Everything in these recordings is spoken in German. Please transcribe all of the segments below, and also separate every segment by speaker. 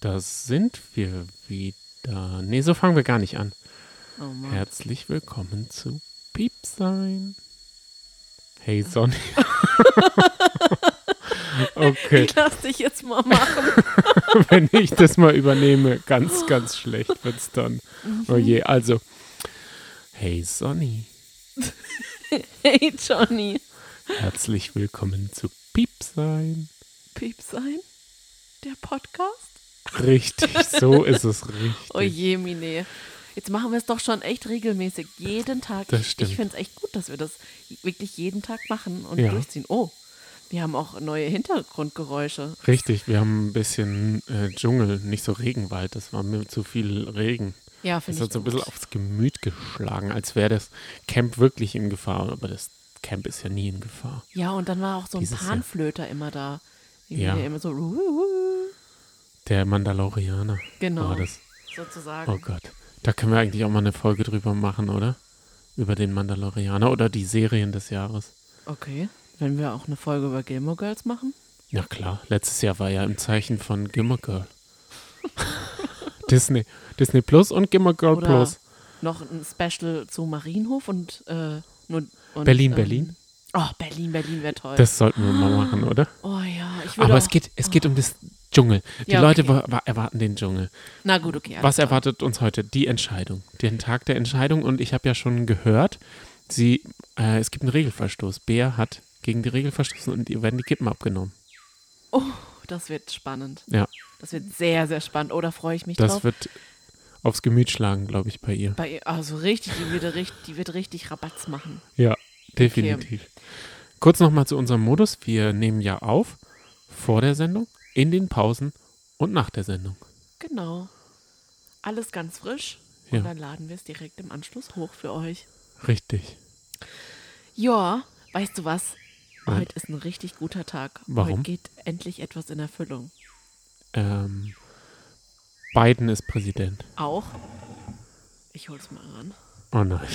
Speaker 1: Da sind wir wieder. Nee, so fangen wir gar nicht an.
Speaker 2: Oh Mann.
Speaker 1: Herzlich willkommen zu Piepsein. Hey Sonny. okay,
Speaker 2: Ich lass dich jetzt mal machen.
Speaker 1: wenn ich das mal übernehme, ganz, ganz schlecht wird's dann.
Speaker 2: Mhm.
Speaker 1: Oh je, also. Hey Sonny.
Speaker 2: hey Johnny.
Speaker 1: Herzlich willkommen zu Piepsein.
Speaker 2: Piep sein? Der Podcast?
Speaker 1: Richtig, so ist es richtig.
Speaker 2: Oh je, Mine. Jetzt machen wir es doch schon echt regelmäßig. Jeden Tag.
Speaker 1: Das
Speaker 2: Ich-
Speaker 1: stimmt.
Speaker 2: Ich finde es echt gut, dass wir das wirklich jeden Tag machen und
Speaker 1: Ja.
Speaker 2: durchziehen. Oh, wir haben auch neue Hintergrundgeräusche.
Speaker 1: Richtig, wir haben ein bisschen äh, Dschungel, nicht so Regenwald, das war mir zu viel Regen.
Speaker 2: Ja,
Speaker 1: Das
Speaker 2: finde ich.
Speaker 1: hat so ein
Speaker 2: gut.
Speaker 1: bisschen aufs Gemüt geschlagen, als wäre das Camp wirklich in Gefahr, aber das Camp ist ja nie in Gefahr.
Speaker 2: ja, und dann war auch so ein
Speaker 1: Dieses Jahr.
Speaker 2: Panflöter immer da. Irgendwie
Speaker 1: Ja.
Speaker 2: Immer so, "Ruhuhu",
Speaker 1: Der Mandalorianer
Speaker 2: Genau.
Speaker 1: war das.
Speaker 2: sozusagen.
Speaker 1: Oh Gott, da können wir eigentlich auch mal eine Folge drüber machen, oder? Über den Mandalorianer oder die Serien des Jahres.
Speaker 2: Okay. Wenn wir auch eine Folge über Gilmore Girls machen.
Speaker 1: Ja klar, letztes Jahr war ja im Zeichen von Gimmer Girl. Disney, Disney Plus und Gimmer Girl
Speaker 2: Oder
Speaker 1: Plus.
Speaker 2: noch ein Special zu Marienhof und, äh, nur, und
Speaker 1: Berlin,
Speaker 2: ähm,
Speaker 1: Berlin?
Speaker 2: Oh, Berlin, Berlin wäre toll.
Speaker 1: Das sollten wir mal machen, oder?
Speaker 2: oh ja, ich würde
Speaker 1: Aber
Speaker 2: auch,
Speaker 1: es geht, es geht um das Dschungel. Die
Speaker 2: Ja,
Speaker 1: Leute
Speaker 2: okay.
Speaker 1: wa- wa- erwarten den Dschungel.
Speaker 2: Na gut, okay. alles
Speaker 1: Was
Speaker 2: klar.
Speaker 1: erwartet uns heute? Die Entscheidung. Den Tag der Entscheidung. Und ich habe ja schon gehört, sie, äh, es gibt einen Regelverstoß. Bea hat gegen die Regel verstoßen und ihr werden die Kippen abgenommen.
Speaker 2: Oh, das wird spannend.
Speaker 1: Ja,
Speaker 2: Das wird sehr, sehr spannend. Oh, da freue ich mich
Speaker 1: das
Speaker 2: drauf.
Speaker 1: wird aufs Gemüt schlagen, glaube ich, bei ihr.
Speaker 2: Bei ihr, also richtig, die wird, richt- die wird richtig Rabatz machen.
Speaker 1: Ja, definitiv. Kurz nochmal zu unserem Modus. Wir nehmen ja auf vor der Sendung, in den Pausen und nach der Sendung.
Speaker 2: Genau. Alles ganz frisch.
Speaker 1: Ja.
Speaker 2: Und dann laden wir es direkt im Anschluss hoch für euch.
Speaker 1: Richtig.
Speaker 2: Ja, weißt du was?
Speaker 1: Nein.
Speaker 2: Heute ist ein richtig guter Tag.
Speaker 1: Warum?
Speaker 2: Heute geht endlich etwas in Erfüllung.
Speaker 1: Ähm, Biden ist Präsident.
Speaker 2: Auch. Ich hol's mal ran.
Speaker 1: Oh nein.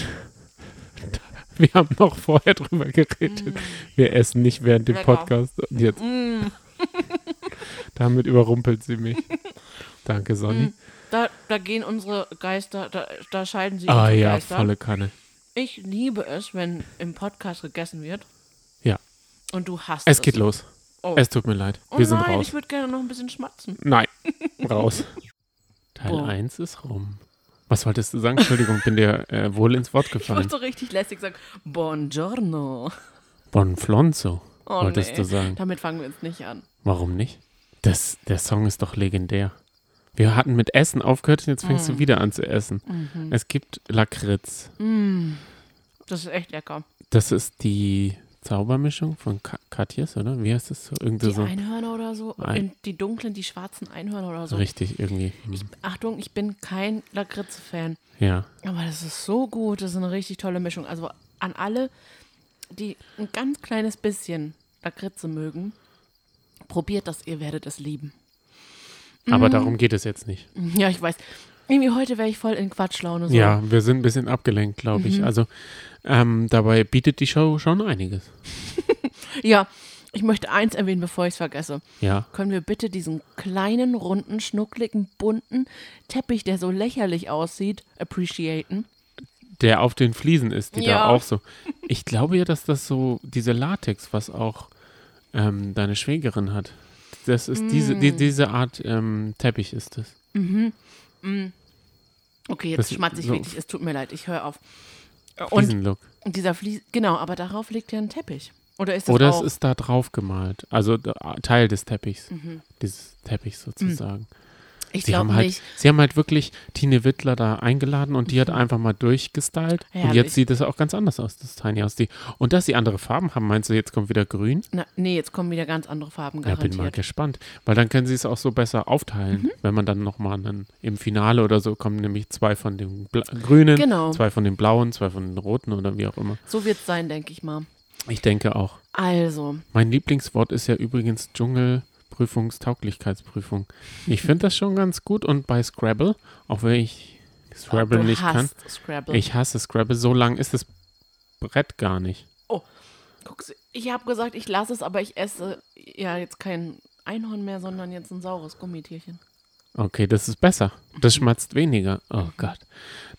Speaker 1: Wir haben noch vorher drüber geredet. Wir essen nicht während dem
Speaker 2: Mm. Lecker. Mm.
Speaker 1: Podcast. Und jetzt. Damit überrumpelt sie mich. Danke, Sonny.
Speaker 2: Mm. Da, da gehen unsere Geister, da, da scheiden sich
Speaker 1: Ah
Speaker 2: unsere
Speaker 1: ja,
Speaker 2: Geister.
Speaker 1: volle Kanne.
Speaker 2: Ich liebe es, wenn im Podcast gegessen wird
Speaker 1: Ja,
Speaker 2: und du hast es.
Speaker 1: es geht los.
Speaker 2: Oh.
Speaker 1: Es tut mir leid.
Speaker 2: Oh
Speaker 1: Wir sind
Speaker 2: nein,
Speaker 1: raus.
Speaker 2: ich würde gerne noch ein bisschen schmatzen.
Speaker 1: Nein, raus. Teil
Speaker 2: Oh.
Speaker 1: 1 ist rum. Was wolltest du sagen? Entschuldigung, bin dir äh, wohl ins Wort
Speaker 2: Ich wollte
Speaker 1: gefallen.
Speaker 2: so richtig lässig sagen, Buongiorno.
Speaker 1: Bonflonzo,
Speaker 2: Oh,
Speaker 1: wolltest
Speaker 2: nee.
Speaker 1: du sagen.
Speaker 2: Damit fangen wir jetzt nicht an.
Speaker 1: Warum nicht? Das, der Song ist doch legendär. Wir hatten mit Essen aufgehört und jetzt
Speaker 2: Mhm.
Speaker 1: fängst du wieder an zu essen. Es gibt Lakritz.
Speaker 2: Mm. Das ist echt lecker.
Speaker 1: Das ist die Zaubermischung von Ka Katjes, oder? Wie heißt das so? Irgendwie
Speaker 2: Die
Speaker 1: so.
Speaker 2: Einhörner oder so,
Speaker 1: Ein-
Speaker 2: und die dunklen, die schwarzen Einhörner oder so.
Speaker 1: Richtig, irgendwie. Hm.
Speaker 2: Achtung, ich bin kein Lakritze-Fan.
Speaker 1: Ja.
Speaker 2: Aber das ist so gut, das ist eine richtig tolle Mischung. Also an alle, die ein ganz kleines bisschen Lakritze mögen, probiert das, ihr werdet es lieben. Mhm.
Speaker 1: Aber darum geht es jetzt nicht.
Speaker 2: Ja, ich weiß. Irgendwie heute wäre ich voll in Quatschlaune. So. Mhm.
Speaker 1: Ja, wir sind ein bisschen abgelenkt, glaube ich. Also ähm, dabei bietet die Show schon einiges.
Speaker 2: ja, ich möchte eins erwähnen, bevor ich es vergesse.
Speaker 1: Ja.
Speaker 2: Können wir bitte diesen kleinen, runden, schnuckligen, bunten Teppich, der so lächerlich aussieht, appreciaten?
Speaker 1: Der auf den Fliesen ist, die da
Speaker 2: Ja.
Speaker 1: auch so. Ich glaube ja, dass das so, diese Latex, was auch ähm, deine Schwägerin hat. Das ist diese,
Speaker 2: Mm.
Speaker 1: die, diese Art ähm, Teppich ist es.
Speaker 2: Okay,
Speaker 1: Das-
Speaker 2: jetzt schmatze ich
Speaker 1: so- Äh,
Speaker 2: wirklich, es tut mir leid, ich höre auf. Und
Speaker 1: Fliesenlook.
Speaker 2: dieser Flies, genau, aber darauf liegt ja ein Teppich. Oder ist das
Speaker 1: Oder
Speaker 2: auch?
Speaker 1: es ist da drauf gemalt. Also da, Teil des Teppichs. Dieses Teppichs sozusagen.
Speaker 2: Mhm. Hm. ich
Speaker 1: Sie haben,
Speaker 2: glaube
Speaker 1: halt,
Speaker 2: nicht. Mhm.
Speaker 1: sie haben halt wirklich Tine Wittler da eingeladen und die hat einfach mal durchgestylt. Und
Speaker 2: Herrlich.
Speaker 1: jetzt sieht es auch ganz anders aus, das Tiny House. Die, und dass sie andere Farben haben, meinst du, jetzt kommt wieder grün?
Speaker 2: Na, nee, jetzt kommen wieder ganz andere Farben
Speaker 1: Ja, bin
Speaker 2: garantiert. Mhm.
Speaker 1: mal gespannt. Weil dann können sie es auch so besser aufteilen, wenn man dann nochmal im Finale oder so kommen nämlich zwei von dem Bla Grünen,
Speaker 2: Genau.
Speaker 1: zwei von dem Blauen, zwei von den Roten oder wie auch immer.
Speaker 2: so wird es sein, denke ich mal.
Speaker 1: Ich denke auch.
Speaker 2: Also,
Speaker 1: Mein Lieblingswort ist ja übrigens Dschungelprüfungstauglichkeitsprüfung. Ich finde das schon ganz gut und bei Scrabble, auch wenn ich Scrabble
Speaker 2: du
Speaker 1: nicht kann.
Speaker 2: hasst Scrabble.
Speaker 1: Ich hasse Scrabble, so lang ist das Brett gar nicht.
Speaker 2: Guck's, ich habe gesagt, ich lasse es, aber ich esse ja jetzt kein Einhorn mehr, sondern jetzt ein saures Gummitierchen.
Speaker 1: Okay, das ist besser. Das schmatzt weniger. Oh Gott.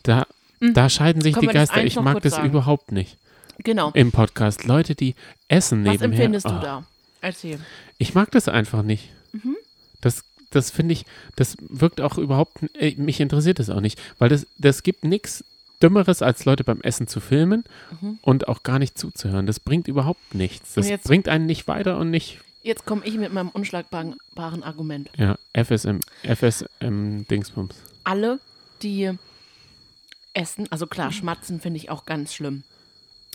Speaker 1: Da, da scheiden sich
Speaker 2: Hm. Können
Speaker 1: die
Speaker 2: wir das
Speaker 1: Geister.
Speaker 2: eins
Speaker 1: Ich
Speaker 2: noch
Speaker 1: mag
Speaker 2: kurz
Speaker 1: das
Speaker 2: sagen?
Speaker 1: überhaupt nicht
Speaker 2: Genau.
Speaker 1: im Podcast. Leute, die essen
Speaker 2: Was
Speaker 1: nebenher.
Speaker 2: empfindest
Speaker 1: oh.
Speaker 2: du da? Mhm. Erzähl.
Speaker 1: Ich mag das einfach nicht. Das, das finde ich, das wirkt auch überhaupt, äh, mich interessiert das auch nicht, weil das, das gibt nichts Dümmeres, als Leute beim Essen zu filmen und auch gar nicht zuzuhören. Das bringt überhaupt nichts. Das
Speaker 2: Mhm. Und jetzt-
Speaker 1: bringt einen nicht weiter und nicht,
Speaker 2: Jetzt komme ich mit meinem unschlagbaren baren Argument.
Speaker 1: ja, FSM, FSM-Dingsbums.
Speaker 2: Alle, die essen, also klar, schmatzen finde ich auch ganz schlimm.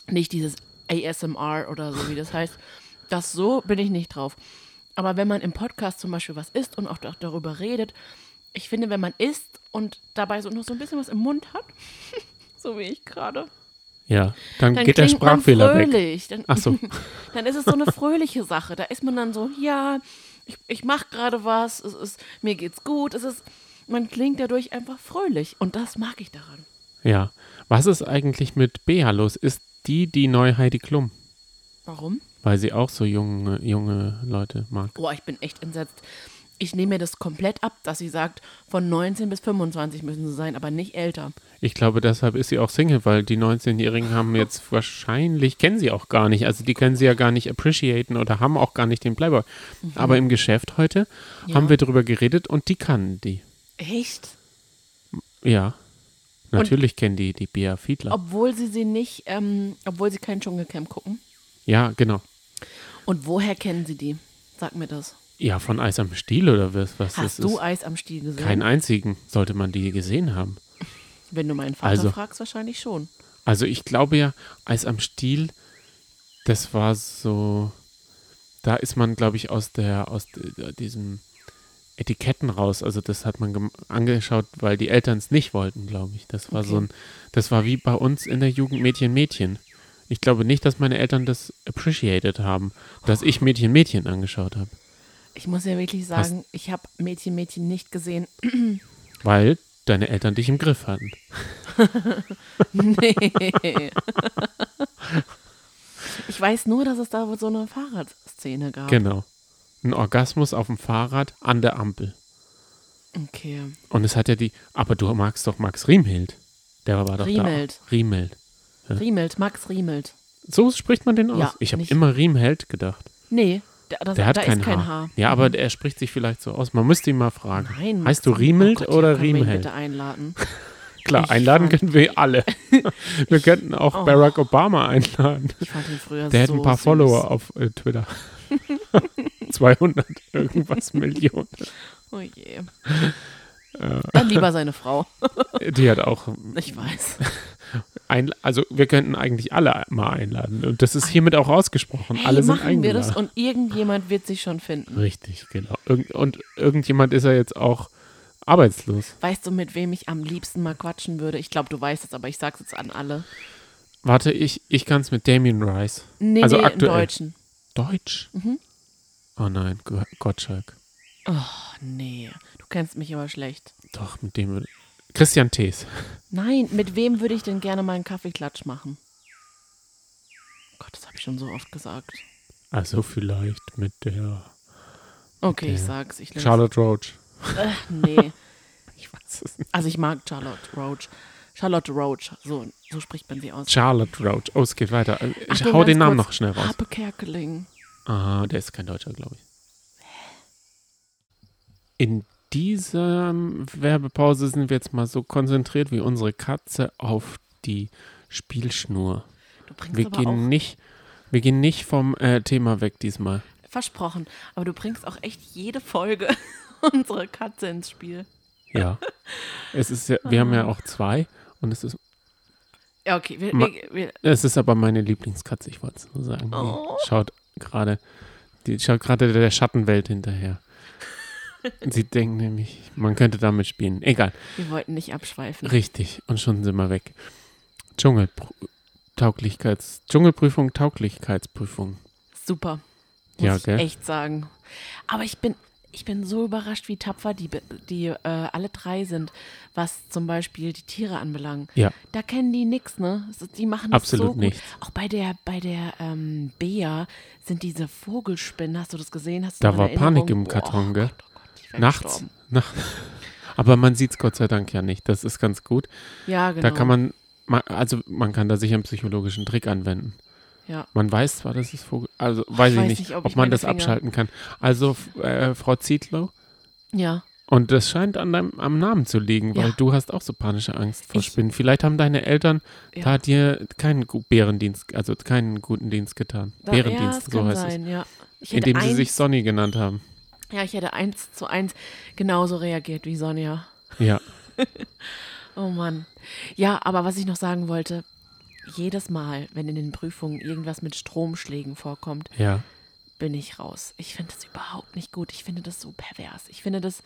Speaker 2: Nicht dieses ASMR oder so, wie das heißt. Das so bin ich nicht drauf. Aber wenn man im Podcast zum Beispiel was isst und auch da- darüber redet, ich finde, wenn man isst und dabei so noch so ein bisschen was im Mund hat, so wie ich gerade,
Speaker 1: Ja, dann,
Speaker 2: dann
Speaker 1: geht der
Speaker 2: klingt
Speaker 1: Sprachfehler
Speaker 2: man
Speaker 1: weg.
Speaker 2: fröhlich. Dann,
Speaker 1: Ach so.
Speaker 2: dann ist es so eine fröhliche Sache. Da ist man dann so, ja, ich, ich mache gerade was, es ist, mir geht's gut, es ist, man klingt dadurch einfach fröhlich und das mag ich daran.
Speaker 1: Ja. Was ist eigentlich mit Bea los? Ist die die neue Heidi Klum?
Speaker 2: Warum?
Speaker 1: Weil sie auch so junge, junge Leute mag.
Speaker 2: Boah, ich bin echt entsetzt. Ich nehme mir das komplett ab, dass sie sagt, von 19 bis 25 müssen sie sein, aber nicht älter.
Speaker 1: Ich glaube, deshalb ist sie auch Single, weil die 19-Jährigen haben jetzt wahrscheinlich, kennen sie auch gar nicht. Also die können sie ja gar nicht appreciaten oder haben auch gar nicht den Playboy. Aber im Geschäft heute
Speaker 2: Mhm. Ja.
Speaker 1: haben wir darüber geredet und die kann die.
Speaker 2: Echt?
Speaker 1: Ja. Natürlich kennen die die Bea Fiedler.
Speaker 2: Obwohl sie sie nicht, ähm, obwohl sie kein Dschungelcamp gucken.
Speaker 1: Ja, genau.
Speaker 2: Und woher kennen sie die? Sag mir das.
Speaker 1: Ja, von Eis am Stiel oder was, was das
Speaker 2: Hast du
Speaker 1: ist.
Speaker 2: Eis am Stiel gesehen?
Speaker 1: Keinen einzigen sollte man die gesehen haben.
Speaker 2: Wenn du meinen Vater
Speaker 1: Also-
Speaker 2: fragst, wahrscheinlich schon.
Speaker 1: Also ich glaube ja, Eis am Stiel, das war so, da ist man, glaube ich, aus der, aus d- diesem Etiketten raus. Also das hat man gem- angeschaut, weil die Eltern es nicht wollten, glaube ich. Das war so ein, das war wie bei uns in der Jugend Mädchen, Mädchen. Ich glaube nicht, dass meine Eltern das appreciated haben, dass ich Mädchen, Mädchen angeschaut habe.
Speaker 2: Ich muss ja wirklich sagen, ich habe Mädchen, Mädchen nicht gesehen.
Speaker 1: Weil deine Eltern dich im Griff hatten.
Speaker 2: Nee. ich weiß nur, dass es da wohl so eine Fahrradszene gab.
Speaker 1: Genau. Ein Orgasmus auf dem Fahrrad an der Ampel.
Speaker 2: Okay.
Speaker 1: Und es hat ja die. Aber du magst doch Max Riemhild. Der war doch
Speaker 2: Riemelt.
Speaker 1: da. Riemelt.
Speaker 2: Riemelt, Max Riemelt.
Speaker 1: So spricht man den aus.
Speaker 2: Ja,
Speaker 1: ich habe
Speaker 2: nicht-
Speaker 1: immer Riemheld gedacht.
Speaker 2: Nee, da, das,
Speaker 1: Der hat
Speaker 2: da
Speaker 1: kein,
Speaker 2: ist kein
Speaker 1: Haar.
Speaker 2: Haar. Mhm.
Speaker 1: Ja, aber er spricht sich vielleicht so aus. Man müsste ihn mal fragen.
Speaker 2: Nein.
Speaker 1: heißt du
Speaker 2: Max-
Speaker 1: Riemelt
Speaker 2: oh Gott, ja,
Speaker 1: oder
Speaker 2: können wir ihn
Speaker 1: Riemheld?
Speaker 2: bitte einladen.
Speaker 1: Klar,
Speaker 2: Ich
Speaker 1: einladen
Speaker 2: fand-
Speaker 1: können wir alle. Wir könnten auch
Speaker 2: Oh.
Speaker 1: Barack Obama einladen.
Speaker 2: Ich fand ihn früher
Speaker 1: Der
Speaker 2: so
Speaker 1: hätte ein paar
Speaker 2: süß.
Speaker 1: Follower auf äh, Twitter. 200 irgendwas Millionen.
Speaker 2: Oh je. Dann lieber seine Frau.
Speaker 1: Die hat auch
Speaker 2: Ich weiß.
Speaker 1: ein, also wir könnten eigentlich alle mal einladen und das ist hiermit auch ausgesprochen.
Speaker 2: Hey,
Speaker 1: alle sind
Speaker 2: machen
Speaker 1: eingeladen.
Speaker 2: wir das und irgendjemand wird sich schon finden.
Speaker 1: Richtig, genau. Irgend, und irgendjemand ist ja jetzt auch arbeitslos.
Speaker 2: Weißt du, mit wem ich am liebsten mal quatschen würde? Ich glaube, du weißt es, aber ich sag's jetzt an alle.
Speaker 1: Warte, ich, ich kann es mit Damien Rice.
Speaker 2: Nee,
Speaker 1: also
Speaker 2: nee, im
Speaker 1: aktuell.
Speaker 2: Deutschen.
Speaker 1: Deutsch?
Speaker 2: Mhm.
Speaker 1: Oh nein, Go- Gottschalk.
Speaker 2: Oh, nee, du kennst mich aber schlecht.
Speaker 1: Doch, mit dem. Christian Thees.
Speaker 2: Nein, mit wem würde ich denn gerne mal einen Kaffeeklatsch machen? Gott, das habe ich schon so oft gesagt.
Speaker 1: Also vielleicht mit der
Speaker 2: Okay, ich
Speaker 1: Okay.
Speaker 2: sag's. Ich nehm's.
Speaker 1: Charlotte Roach.
Speaker 2: Äh, nee,
Speaker 1: Ich weiß es nicht.
Speaker 2: also ich mag Charlotte Roach. Charlotte Roach, so, so spricht man sie aus.
Speaker 1: Charlotte Roach. Oh, es geht weiter. Ich
Speaker 2: Achtung,
Speaker 1: hau
Speaker 2: ganz
Speaker 1: den Namen
Speaker 2: kurz.
Speaker 1: noch schnell raus.
Speaker 2: Harpe Kerkeling.
Speaker 1: Ah, der ist kein Deutscher, glaube ich. In dieser Werbepause sind wir jetzt mal so konzentriert wie unsere Katze auf die Spielschnur.
Speaker 2: Du bringst
Speaker 1: Wir
Speaker 2: aber
Speaker 1: gehen,
Speaker 2: auch,
Speaker 1: nicht, wir gehen nicht vom äh, Thema weg diesmal.
Speaker 2: versprochen, aber du bringst auch echt jede Folge unsere Katze ins Spiel.
Speaker 1: Ja. es ist ja, wir
Speaker 2: Ah.
Speaker 1: haben ja auch zwei und es ist,
Speaker 2: Ja, okay, wir,
Speaker 1: Ma-
Speaker 2: wir, wir,
Speaker 1: es ist aber meine Lieblingskatze, ich wollte es nur sagen. Die
Speaker 2: Oh.
Speaker 1: Schaut gerade, die schaut gerade der Schattenwelt hinterher. Sie denkt nämlich, man könnte damit spielen. Egal.
Speaker 2: wir wollten nicht abschweifen.
Speaker 1: Richtig, und schon sind wir weg. Dschungelpr Tauglichkeits Dschungelprüfung, Tauglichkeitsprüfung.
Speaker 2: Super. Muss
Speaker 1: Ja,
Speaker 2: ich
Speaker 1: gell?
Speaker 2: echt sagen. Aber ich bin, ich bin so überrascht, wie tapfer die, be- die äh, alle drei sind, was zum Beispiel die Tiere anbelangt.
Speaker 1: Ja,
Speaker 2: Da kennen die nichts, ne? Es ist- Die machen das
Speaker 1: Absolut
Speaker 2: so gut.
Speaker 1: nichts.
Speaker 2: Auch bei der, bei der ähm, Bea sind diese Vogelspinnen, hast du das gesehen? Hast du
Speaker 1: Da
Speaker 2: noch
Speaker 1: war
Speaker 2: eine Erinnerung?
Speaker 1: Panik im Karton,
Speaker 2: Boah,
Speaker 1: gell?
Speaker 2: Gott, oh Gott, ich wär
Speaker 1: nachts,
Speaker 2: gestorben.
Speaker 1: Nach Aber man sieht es Gott sei Dank ja nicht. Das ist ganz gut.
Speaker 2: Ja, genau.
Speaker 1: Da kann man, ma- also man kann da sicher einen psychologischen Trick anwenden.
Speaker 2: Ja.
Speaker 1: Man weiß zwar, dass es Vogel, also weiß ich
Speaker 2: weiß
Speaker 1: nicht,
Speaker 2: nicht, ob
Speaker 1: ob,
Speaker 2: ich
Speaker 1: man
Speaker 2: meine
Speaker 1: das
Speaker 2: Finger-
Speaker 1: abschalten kann. Also f- äh, Frau Zietlow,
Speaker 2: ja.
Speaker 1: und das scheint an deinem, am Namen zu liegen, weil
Speaker 2: Ja.
Speaker 1: du hast auch so panische Angst vor
Speaker 2: Ich-
Speaker 1: Spinnen. Vielleicht haben deine Eltern
Speaker 2: Ja.
Speaker 1: da dir keinen gu- Bärendienst, also keinen guten Dienst getan.
Speaker 2: Da, ja, es
Speaker 1: Bärendienst, so
Speaker 2: kann
Speaker 1: heißt
Speaker 2: sein, ja. Ich
Speaker 1: es.
Speaker 2: hätte
Speaker 1: Indem sie
Speaker 2: eins-
Speaker 1: sich Sonny genannt haben.
Speaker 2: Ja, ich hätte eins zu eins genauso reagiert wie Sonja.
Speaker 1: Ja.
Speaker 2: Oh Mann. Ja, aber was ich noch sagen wollte, jedes Mal, wenn in den Prüfungen irgendwas mit Stromschlägen vorkommt,
Speaker 1: Ja.
Speaker 2: bin ich raus. Ich finde das überhaupt nicht gut. Ich finde das so pervers. Ich finde das.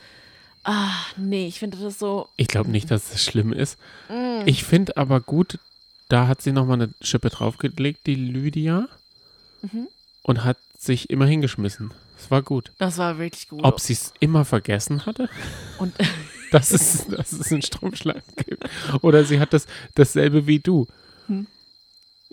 Speaker 2: Ah, nee, ich finde das so.
Speaker 1: Ich glaube nicht, dass das schlimm ist.
Speaker 2: Mm.
Speaker 1: Ich finde aber gut, da hat sie nochmal eine Schippe draufgelegt, die Lydia,
Speaker 2: Mhm.
Speaker 1: und hat sich immer hingeschmissen. Es war gut.
Speaker 2: Das war wirklich gut.
Speaker 1: Ob sie es immer vergessen hatte,
Speaker 2: Und
Speaker 1: dass es, dass es einen Stromschlag gibt. Oder sie hat das dasselbe wie du.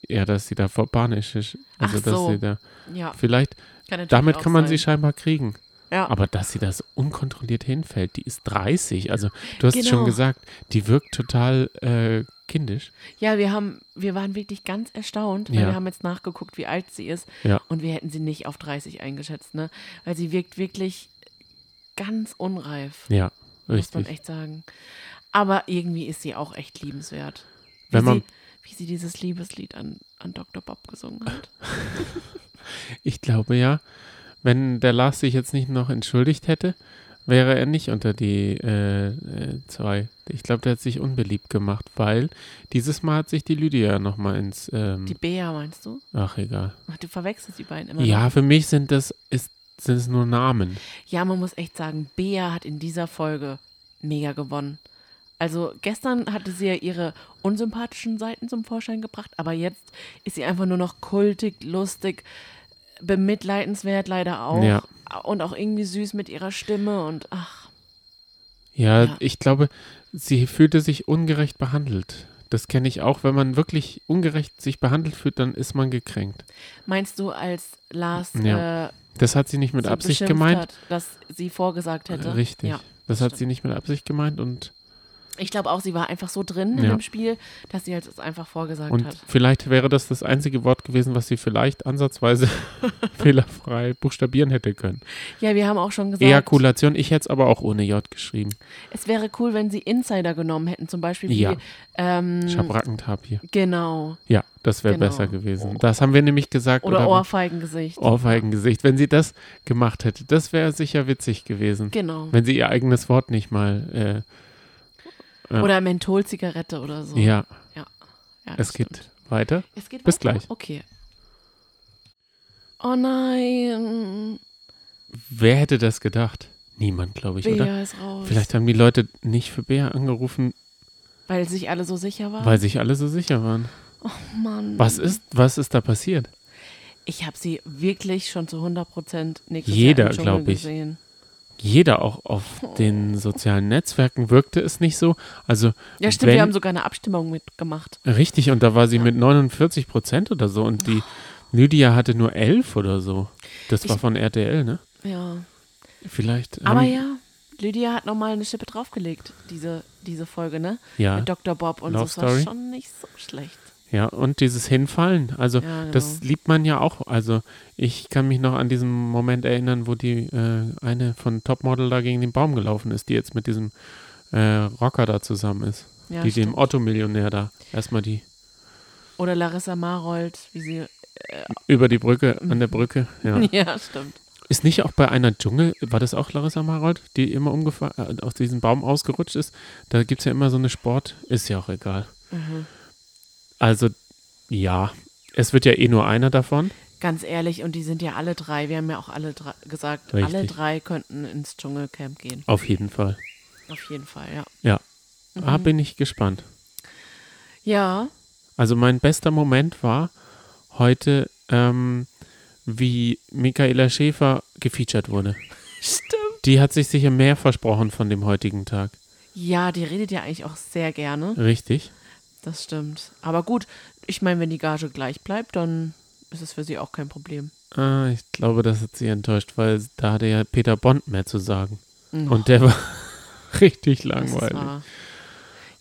Speaker 1: Ja, dass sie da vor panisch ist. Also,
Speaker 2: Hm. Ach
Speaker 1: dass
Speaker 2: so.
Speaker 1: sie da.
Speaker 2: ja,
Speaker 1: Vielleicht,
Speaker 2: kann natürlich
Speaker 1: damit
Speaker 2: auch
Speaker 1: kann man
Speaker 2: sein. Ah.
Speaker 1: sie scheinbar kriegen.
Speaker 2: Ja,
Speaker 1: Aber dass sie da so unkontrolliert hinfällt, die ist 30. Also, du hast es
Speaker 2: Genau.
Speaker 1: schon gesagt, die wirkt total äh, kindisch.
Speaker 2: ja wir, haben, wir waren wirklich ganz erstaunt, weil
Speaker 1: Ja.
Speaker 2: wir haben jetzt nachgeguckt, wie alt sie ist.
Speaker 1: Ja.
Speaker 2: Und wir hätten sie nicht auf 30 eingeschätzt, ne? Weil sie wirkt wirklich ganz unreif,
Speaker 1: Ja,
Speaker 2: muss man
Speaker 1: richtig.
Speaker 2: echt sagen. Aber irgendwie ist sie auch echt liebenswert. Wie,
Speaker 1: Wenn man-
Speaker 2: sie, wie sie dieses Liebeslied an, an Dr. Bob gesungen hat.
Speaker 1: Ich glaube ja, wenn der Lars sich jetzt nicht noch entschuldigt hätte, wäre er nicht unter die äh, äh, zwei. Ich glaube, der hat sich unbeliebt gemacht, weil dieses Mal hat sich die Lydia nochmal ins. Ähm,
Speaker 2: Die Bea, meinst du?
Speaker 1: ach, egal.
Speaker 2: Ach, Du verwechselst die beiden immer. ne?
Speaker 1: Ja, für mich sind das, ist, sind es nur Namen.
Speaker 2: noch. ja, man muss echt sagen, Bea hat in dieser Folge mega gewonnen. Also gestern hatte sie ja ihre unsympathischen Seiten zum Vorschein gebracht, aber jetzt ist sie einfach nur noch kultig, lustig, bemitleidenswert leider auch.
Speaker 1: Ja.
Speaker 2: Und auch irgendwie süß mit ihrer Stimme und ach,
Speaker 1: Ja,
Speaker 2: Ja.
Speaker 1: ich glaube, sie fühlte sich ungerecht behandelt. Das kenne ich auch. Wenn man wirklich ungerecht sich behandelt fühlt, dann ist man gekränkt.
Speaker 2: meinst du, als Lars
Speaker 1: Ja.
Speaker 2: äh,
Speaker 1: Das hat sie nicht mit
Speaker 2: sie
Speaker 1: Absicht
Speaker 2: beschimpft
Speaker 1: gemeint.
Speaker 2: hat, dass sie vorgesagt hätte?
Speaker 1: Richtig.
Speaker 2: Ja.
Speaker 1: das hat
Speaker 2: stimmt.
Speaker 1: sie nicht mit Absicht gemeint und
Speaker 2: Ich glaube auch, sie war einfach so drin in
Speaker 1: Ja.
Speaker 2: dem Spiel, dass sie halt es einfach vorgesagt
Speaker 1: Und
Speaker 2: hat.
Speaker 1: vielleicht wäre das das einzige Wort gewesen, was sie vielleicht ansatzweise fehlerfrei buchstabieren hätte können.
Speaker 2: Ja, wir haben auch schon gesagt,
Speaker 1: Ejakulation, ich hätte es aber auch ohne J geschrieben.
Speaker 2: es wäre cool, wenn sie Insider genommen hätten, zum Beispiel wie,
Speaker 1: Ja.
Speaker 2: ähm,
Speaker 1: Schabrackentab hier.
Speaker 2: genau,
Speaker 1: Ja, das wäre
Speaker 2: Genau.
Speaker 1: besser gewesen. Das haben wir nämlich gesagt.
Speaker 2: oder Ohrfeigengesicht,
Speaker 1: Oh. Ohrfeigengesicht. Wenn sie das gemacht hätte, das wäre sicher witzig gewesen.
Speaker 2: genau,
Speaker 1: Wenn sie ihr eigenes Wort nicht mal. äh, ja.
Speaker 2: oder Mentholzigarette oder so.
Speaker 1: Äh, ja,
Speaker 2: Ja, das
Speaker 1: es geht
Speaker 2: stimmt.
Speaker 1: weiter.
Speaker 2: Es geht
Speaker 1: Bis
Speaker 2: weiter?
Speaker 1: gleich.
Speaker 2: Okay. Oh nein,
Speaker 1: Wer hätte das gedacht? Niemand, glaube ich, oder?
Speaker 2: Bea ist raus,
Speaker 1: Vielleicht haben die Leute nicht für Bea angerufen,
Speaker 2: weil sich alle so sicher waren.
Speaker 1: weil sich alle so sicher waren.
Speaker 2: Mann,
Speaker 1: Was ist, was ist da passiert?
Speaker 2: ich habe sie wirklich schon zu 100 Prozent nächstes
Speaker 1: Jeder,
Speaker 2: Jahr im Dschungel
Speaker 1: glaub ich.
Speaker 2: gesehen.
Speaker 1: Jeder auch auf den sozialen Netzwerken wirkte es nicht so. Also
Speaker 2: Ja, stimmt,
Speaker 1: wenn,
Speaker 2: wir haben sogar eine Abstimmung mitgemacht.
Speaker 1: richtig und da war sie mit 49 Prozent oder so und die Lydia hatte nur 11 oder so. Das war
Speaker 2: Ich-
Speaker 1: von RTL, ne?
Speaker 2: Ja.
Speaker 1: Vielleicht. ähm, haben-
Speaker 2: Aber ja, Lydia hat nochmal eine Schippe draufgelegt, diese, diese Folge, ne?
Speaker 1: Ja.
Speaker 2: Mit Dr. Bob und
Speaker 1: Love
Speaker 2: so. Das war
Speaker 1: Story.
Speaker 2: schon nicht so schlecht.
Speaker 1: Ja, und dieses Hinfallen, also
Speaker 2: Ja, genau.
Speaker 1: das liebt man ja auch. Also ich kann mich noch an diesen Moment erinnern, wo die äh, eine von Topmodel da gegen den Baum gelaufen ist, die jetzt mit diesem äh, Rocker da zusammen ist.
Speaker 2: Ja,
Speaker 1: die dem
Speaker 2: stimmt.
Speaker 1: Otto-Millionär da erstmal die
Speaker 2: Oder Larissa Marold, wie sie.
Speaker 1: über die Brücke, an der Brücke. Ja.
Speaker 2: Ja, stimmt.
Speaker 1: Ist nicht auch bei einer Dschungel, war das auch Larissa Marold, die immer umgefa- äh, aus diesem Baum ausgerutscht ist? Da gibt es ja immer so eine Sport, ist ja auch egal.
Speaker 2: Mhm.
Speaker 1: Also, ja, es wird ja eh nur einer davon.
Speaker 2: Ganz ehrlich, und die sind ja alle drei. Wir haben ja auch alle drei gesagt,
Speaker 1: Richtig.
Speaker 2: alle drei könnten ins Dschungelcamp gehen.
Speaker 1: Auf jeden Fall.
Speaker 2: Auf jeden Fall, ja.
Speaker 1: Ja. Da bin ich gespannt.
Speaker 2: Ja,
Speaker 1: Also mein bester Moment war heute, ähm, wie Michaela Schäfer gefeatured wurde.
Speaker 2: stimmt.
Speaker 1: Die hat sich sicher mehr versprochen von dem heutigen Tag.
Speaker 2: Ja, die redet ja eigentlich auch sehr gerne.
Speaker 1: Richtig?
Speaker 2: Das stimmt. Aber gut, ich meine, wenn die Gage gleich bleibt, dann ist es für sie auch kein Problem.
Speaker 1: Ah, ich glaube, das hat sie enttäuscht, weil da hatte ja Peter Bond mehr zu sagen. Und der war, Richtig
Speaker 2: Mhm. Das
Speaker 1: langweilig.
Speaker 2: war-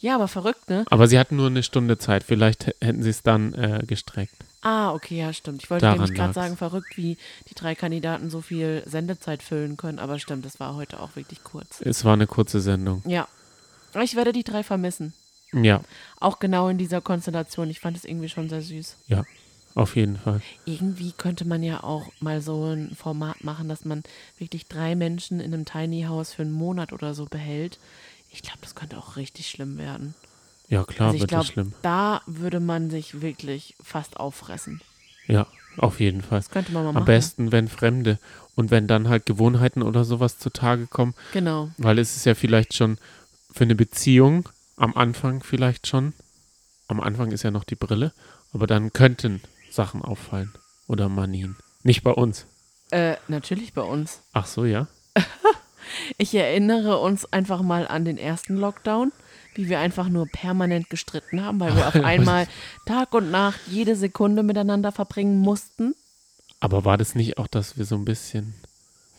Speaker 2: Ja, aber verrückt, ne?
Speaker 1: Aber sie hatten nur eine Stunde Zeit. Vielleicht h- hätten sie es dann äh, gestreckt.
Speaker 2: Ah, okay, ja, stimmt. Ich wollte
Speaker 1: Daran
Speaker 2: nämlich gerade
Speaker 1: lag's.
Speaker 2: sagen, verrückt, wie die drei Kandidaten so viel Sendezeit füllen können. Aber stimmt, das war heute auch wirklich kurz.
Speaker 1: Es war eine kurze Sendung.
Speaker 2: Ja. Aber Ich werde die drei vermissen.
Speaker 1: Ja,
Speaker 2: Auch genau in dieser Konstellation. Ich fand es irgendwie schon sehr süß.
Speaker 1: ja, auf jeden Fall.
Speaker 2: Irgendwie könnte man ja auch mal so ein Format machen, dass man wirklich drei Menschen in einem Tiny House für einen Monat oder so behält. Ich glaube, das könnte auch richtig schlimm werden.
Speaker 1: Ja, klar,
Speaker 2: also ich
Speaker 1: wird das
Speaker 2: glaube,
Speaker 1: schlimm.
Speaker 2: da würde man sich wirklich fast auffressen.
Speaker 1: Ja, auf jeden Fall.
Speaker 2: Das könnte man mal
Speaker 1: Am
Speaker 2: machen.
Speaker 1: besten, wenn Fremde und wenn dann halt Gewohnheiten oder sowas zutage kommen,
Speaker 2: Genau.
Speaker 1: weil es ist ja vielleicht schon für eine Beziehung am Anfang vielleicht schon. Am Anfang ist ja noch die Brille, aber dann könnten Sachen auffallen oder Manien. Nicht bei uns.
Speaker 2: Äh, natürlich bei uns.
Speaker 1: Ach so, ja.
Speaker 2: Ich erinnere uns einfach mal an den ersten Lockdown, wie wir einfach nur permanent gestritten haben, weil wir auf einmal Tag und Nacht jede Sekunde miteinander verbringen mussten.
Speaker 1: Aber war das nicht auch, dass wir so ein bisschen.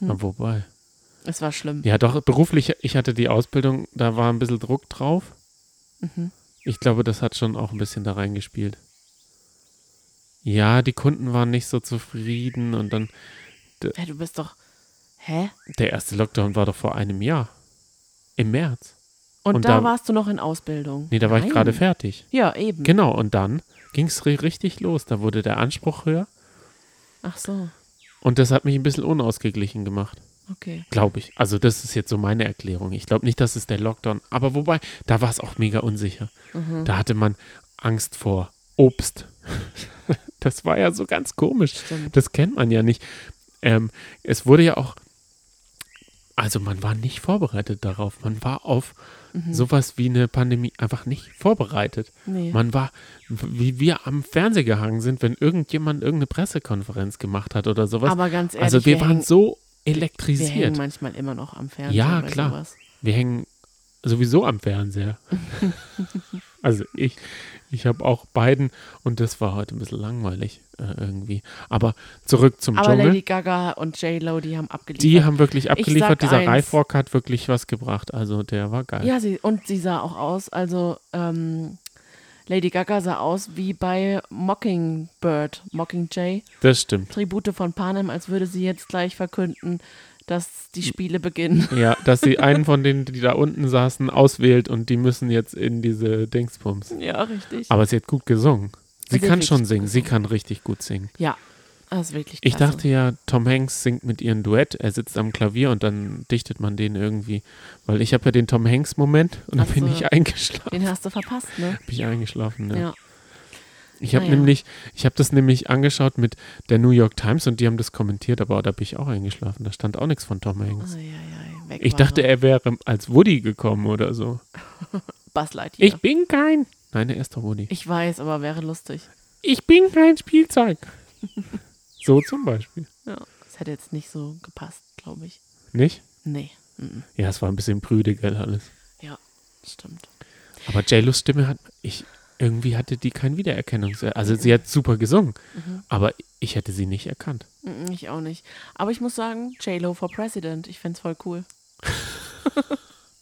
Speaker 1: Na, wobei.
Speaker 2: Es war schlimm.
Speaker 1: Ja, doch, beruflich, ich hatte die Ausbildung, da war ein bisschen Druck drauf. Ich glaube, das hat schon auch ein bisschen da reingespielt. Ja, die Kunden waren nicht so zufrieden und dann,
Speaker 2: Hä, du bist doch. Hä?
Speaker 1: der erste Lockdown war doch vor einem Jahr. Im März.
Speaker 2: Und,
Speaker 1: Und
Speaker 2: da,
Speaker 1: da-
Speaker 2: warst du noch in Ausbildung.
Speaker 1: Nee, da war ich
Speaker 2: Nein.
Speaker 1: gerade fertig.
Speaker 2: Ja, eben.
Speaker 1: Genau, und dann ging es richtig los. Da wurde der Anspruch höher
Speaker 2: Ach so,
Speaker 1: und das hat mich ein bisschen unausgeglichen gemacht.
Speaker 2: okay.
Speaker 1: Glaube ich. Also, das ist jetzt so meine Erklärung. Ich glaube nicht, dass es der Lockdown. Aber wobei, da war es auch mega unsicher. Da hatte man Angst vor Obst. das war ja so ganz komisch.
Speaker 2: Stimmt.
Speaker 1: Das kennt man ja nicht. Ähm, es wurde ja auch. Also, man war nicht vorbereitet darauf. Man war auf
Speaker 2: Mhm.
Speaker 1: sowas wie eine Pandemie einfach nicht vorbereitet.
Speaker 2: Nee.
Speaker 1: Man war, wie wir am Fernseher gehangen sind, wenn irgendjemand irgendeine Pressekonferenz gemacht hat oder sowas.
Speaker 2: Aber ganz ehrlich,
Speaker 1: also, wir, waren
Speaker 2: hängen,
Speaker 1: so
Speaker 2: wir hängen
Speaker 1: elektrisiert.
Speaker 2: manchmal immer noch am Fernsehen.
Speaker 1: Ja,
Speaker 2: bei
Speaker 1: klar.
Speaker 2: Sowas.
Speaker 1: Wir hängen sowieso am Fernseher. also ich, ich habe auch beiden und das war heute ein bisschen langweilig äh, irgendwie. Aber zurück zum
Speaker 2: Aber
Speaker 1: Dschungel.
Speaker 2: Lady Gaga und J-Lo, die haben abgeliefert.
Speaker 1: die haben wirklich
Speaker 2: sag
Speaker 1: abgeliefert. Dieser
Speaker 2: eins.
Speaker 1: Reifrock hat wirklich was gebracht. Also der war geil.
Speaker 2: Ja, sie, und sie sah auch aus, also ähm, Lady Gaga sah aus wie bei Mockingbird, Mockingjay,
Speaker 1: Das stimmt.
Speaker 2: Tribute von Panem, als würde sie jetzt gleich verkünden, dass die Spiele beginnen.
Speaker 1: Ja, dass sie einen von denen, die da unten saßen, auswählt und die müssen jetzt in diese Dingsbums.
Speaker 2: Ja, richtig.
Speaker 1: Aber sie hat gut gesungen. Sie
Speaker 2: Sie hat
Speaker 1: kann
Speaker 2: Also wirklich
Speaker 1: schon
Speaker 2: gut
Speaker 1: singen. Sie kann richtig gut singen.
Speaker 2: Ja, das ist wirklich
Speaker 1: Ich
Speaker 2: klasse.
Speaker 1: dachte ja, Tom Hanks singt mit ihr ein Duett. Er sitzt am Klavier und dann dichtet man den irgendwie. Weil ich habe ja den Tom Hanks-Moment und da
Speaker 2: Ach
Speaker 1: bin
Speaker 2: so.
Speaker 1: ich eingeschlafen.
Speaker 2: Den hast du verpasst, ne?
Speaker 1: Bin ich eingeschlafen,
Speaker 2: Ja.
Speaker 1: ne? Ich habe
Speaker 2: naja.
Speaker 1: nämlich, ich habe das nämlich angeschaut mit der New York Times und die haben das kommentiert, aber da bin ich auch eingeschlafen. Da stand auch nichts von Tom Hanks.
Speaker 2: Ai, ai, ai, weg ne?
Speaker 1: Ich
Speaker 2: war
Speaker 1: dachte,
Speaker 2: er.
Speaker 1: er wäre als Woody gekommen oder so.
Speaker 2: Buzz Lightyear.
Speaker 1: Ich bin kein. Nein, er ist doch Woody.
Speaker 2: ich weiß, aber wäre lustig.
Speaker 1: Ich bin kein Spielzeug. so zum Beispiel.
Speaker 2: Ja, das hätte jetzt nicht so gepasst, glaube ich.
Speaker 1: Nicht?
Speaker 2: Nee, mhm.
Speaker 1: Ja, es war ein bisschen prüde, gell, alles.
Speaker 2: ja, stimmt.
Speaker 1: Aber JLos Stimme hat, ich, irgendwie hatte die keinen Wiedererkennungswert. Also sie hat super gesungen, aber ich hätte sie nicht erkannt.
Speaker 2: Mhm, Ich auch nicht. Aber ich muss sagen, J-Lo for President, ich find's voll cool.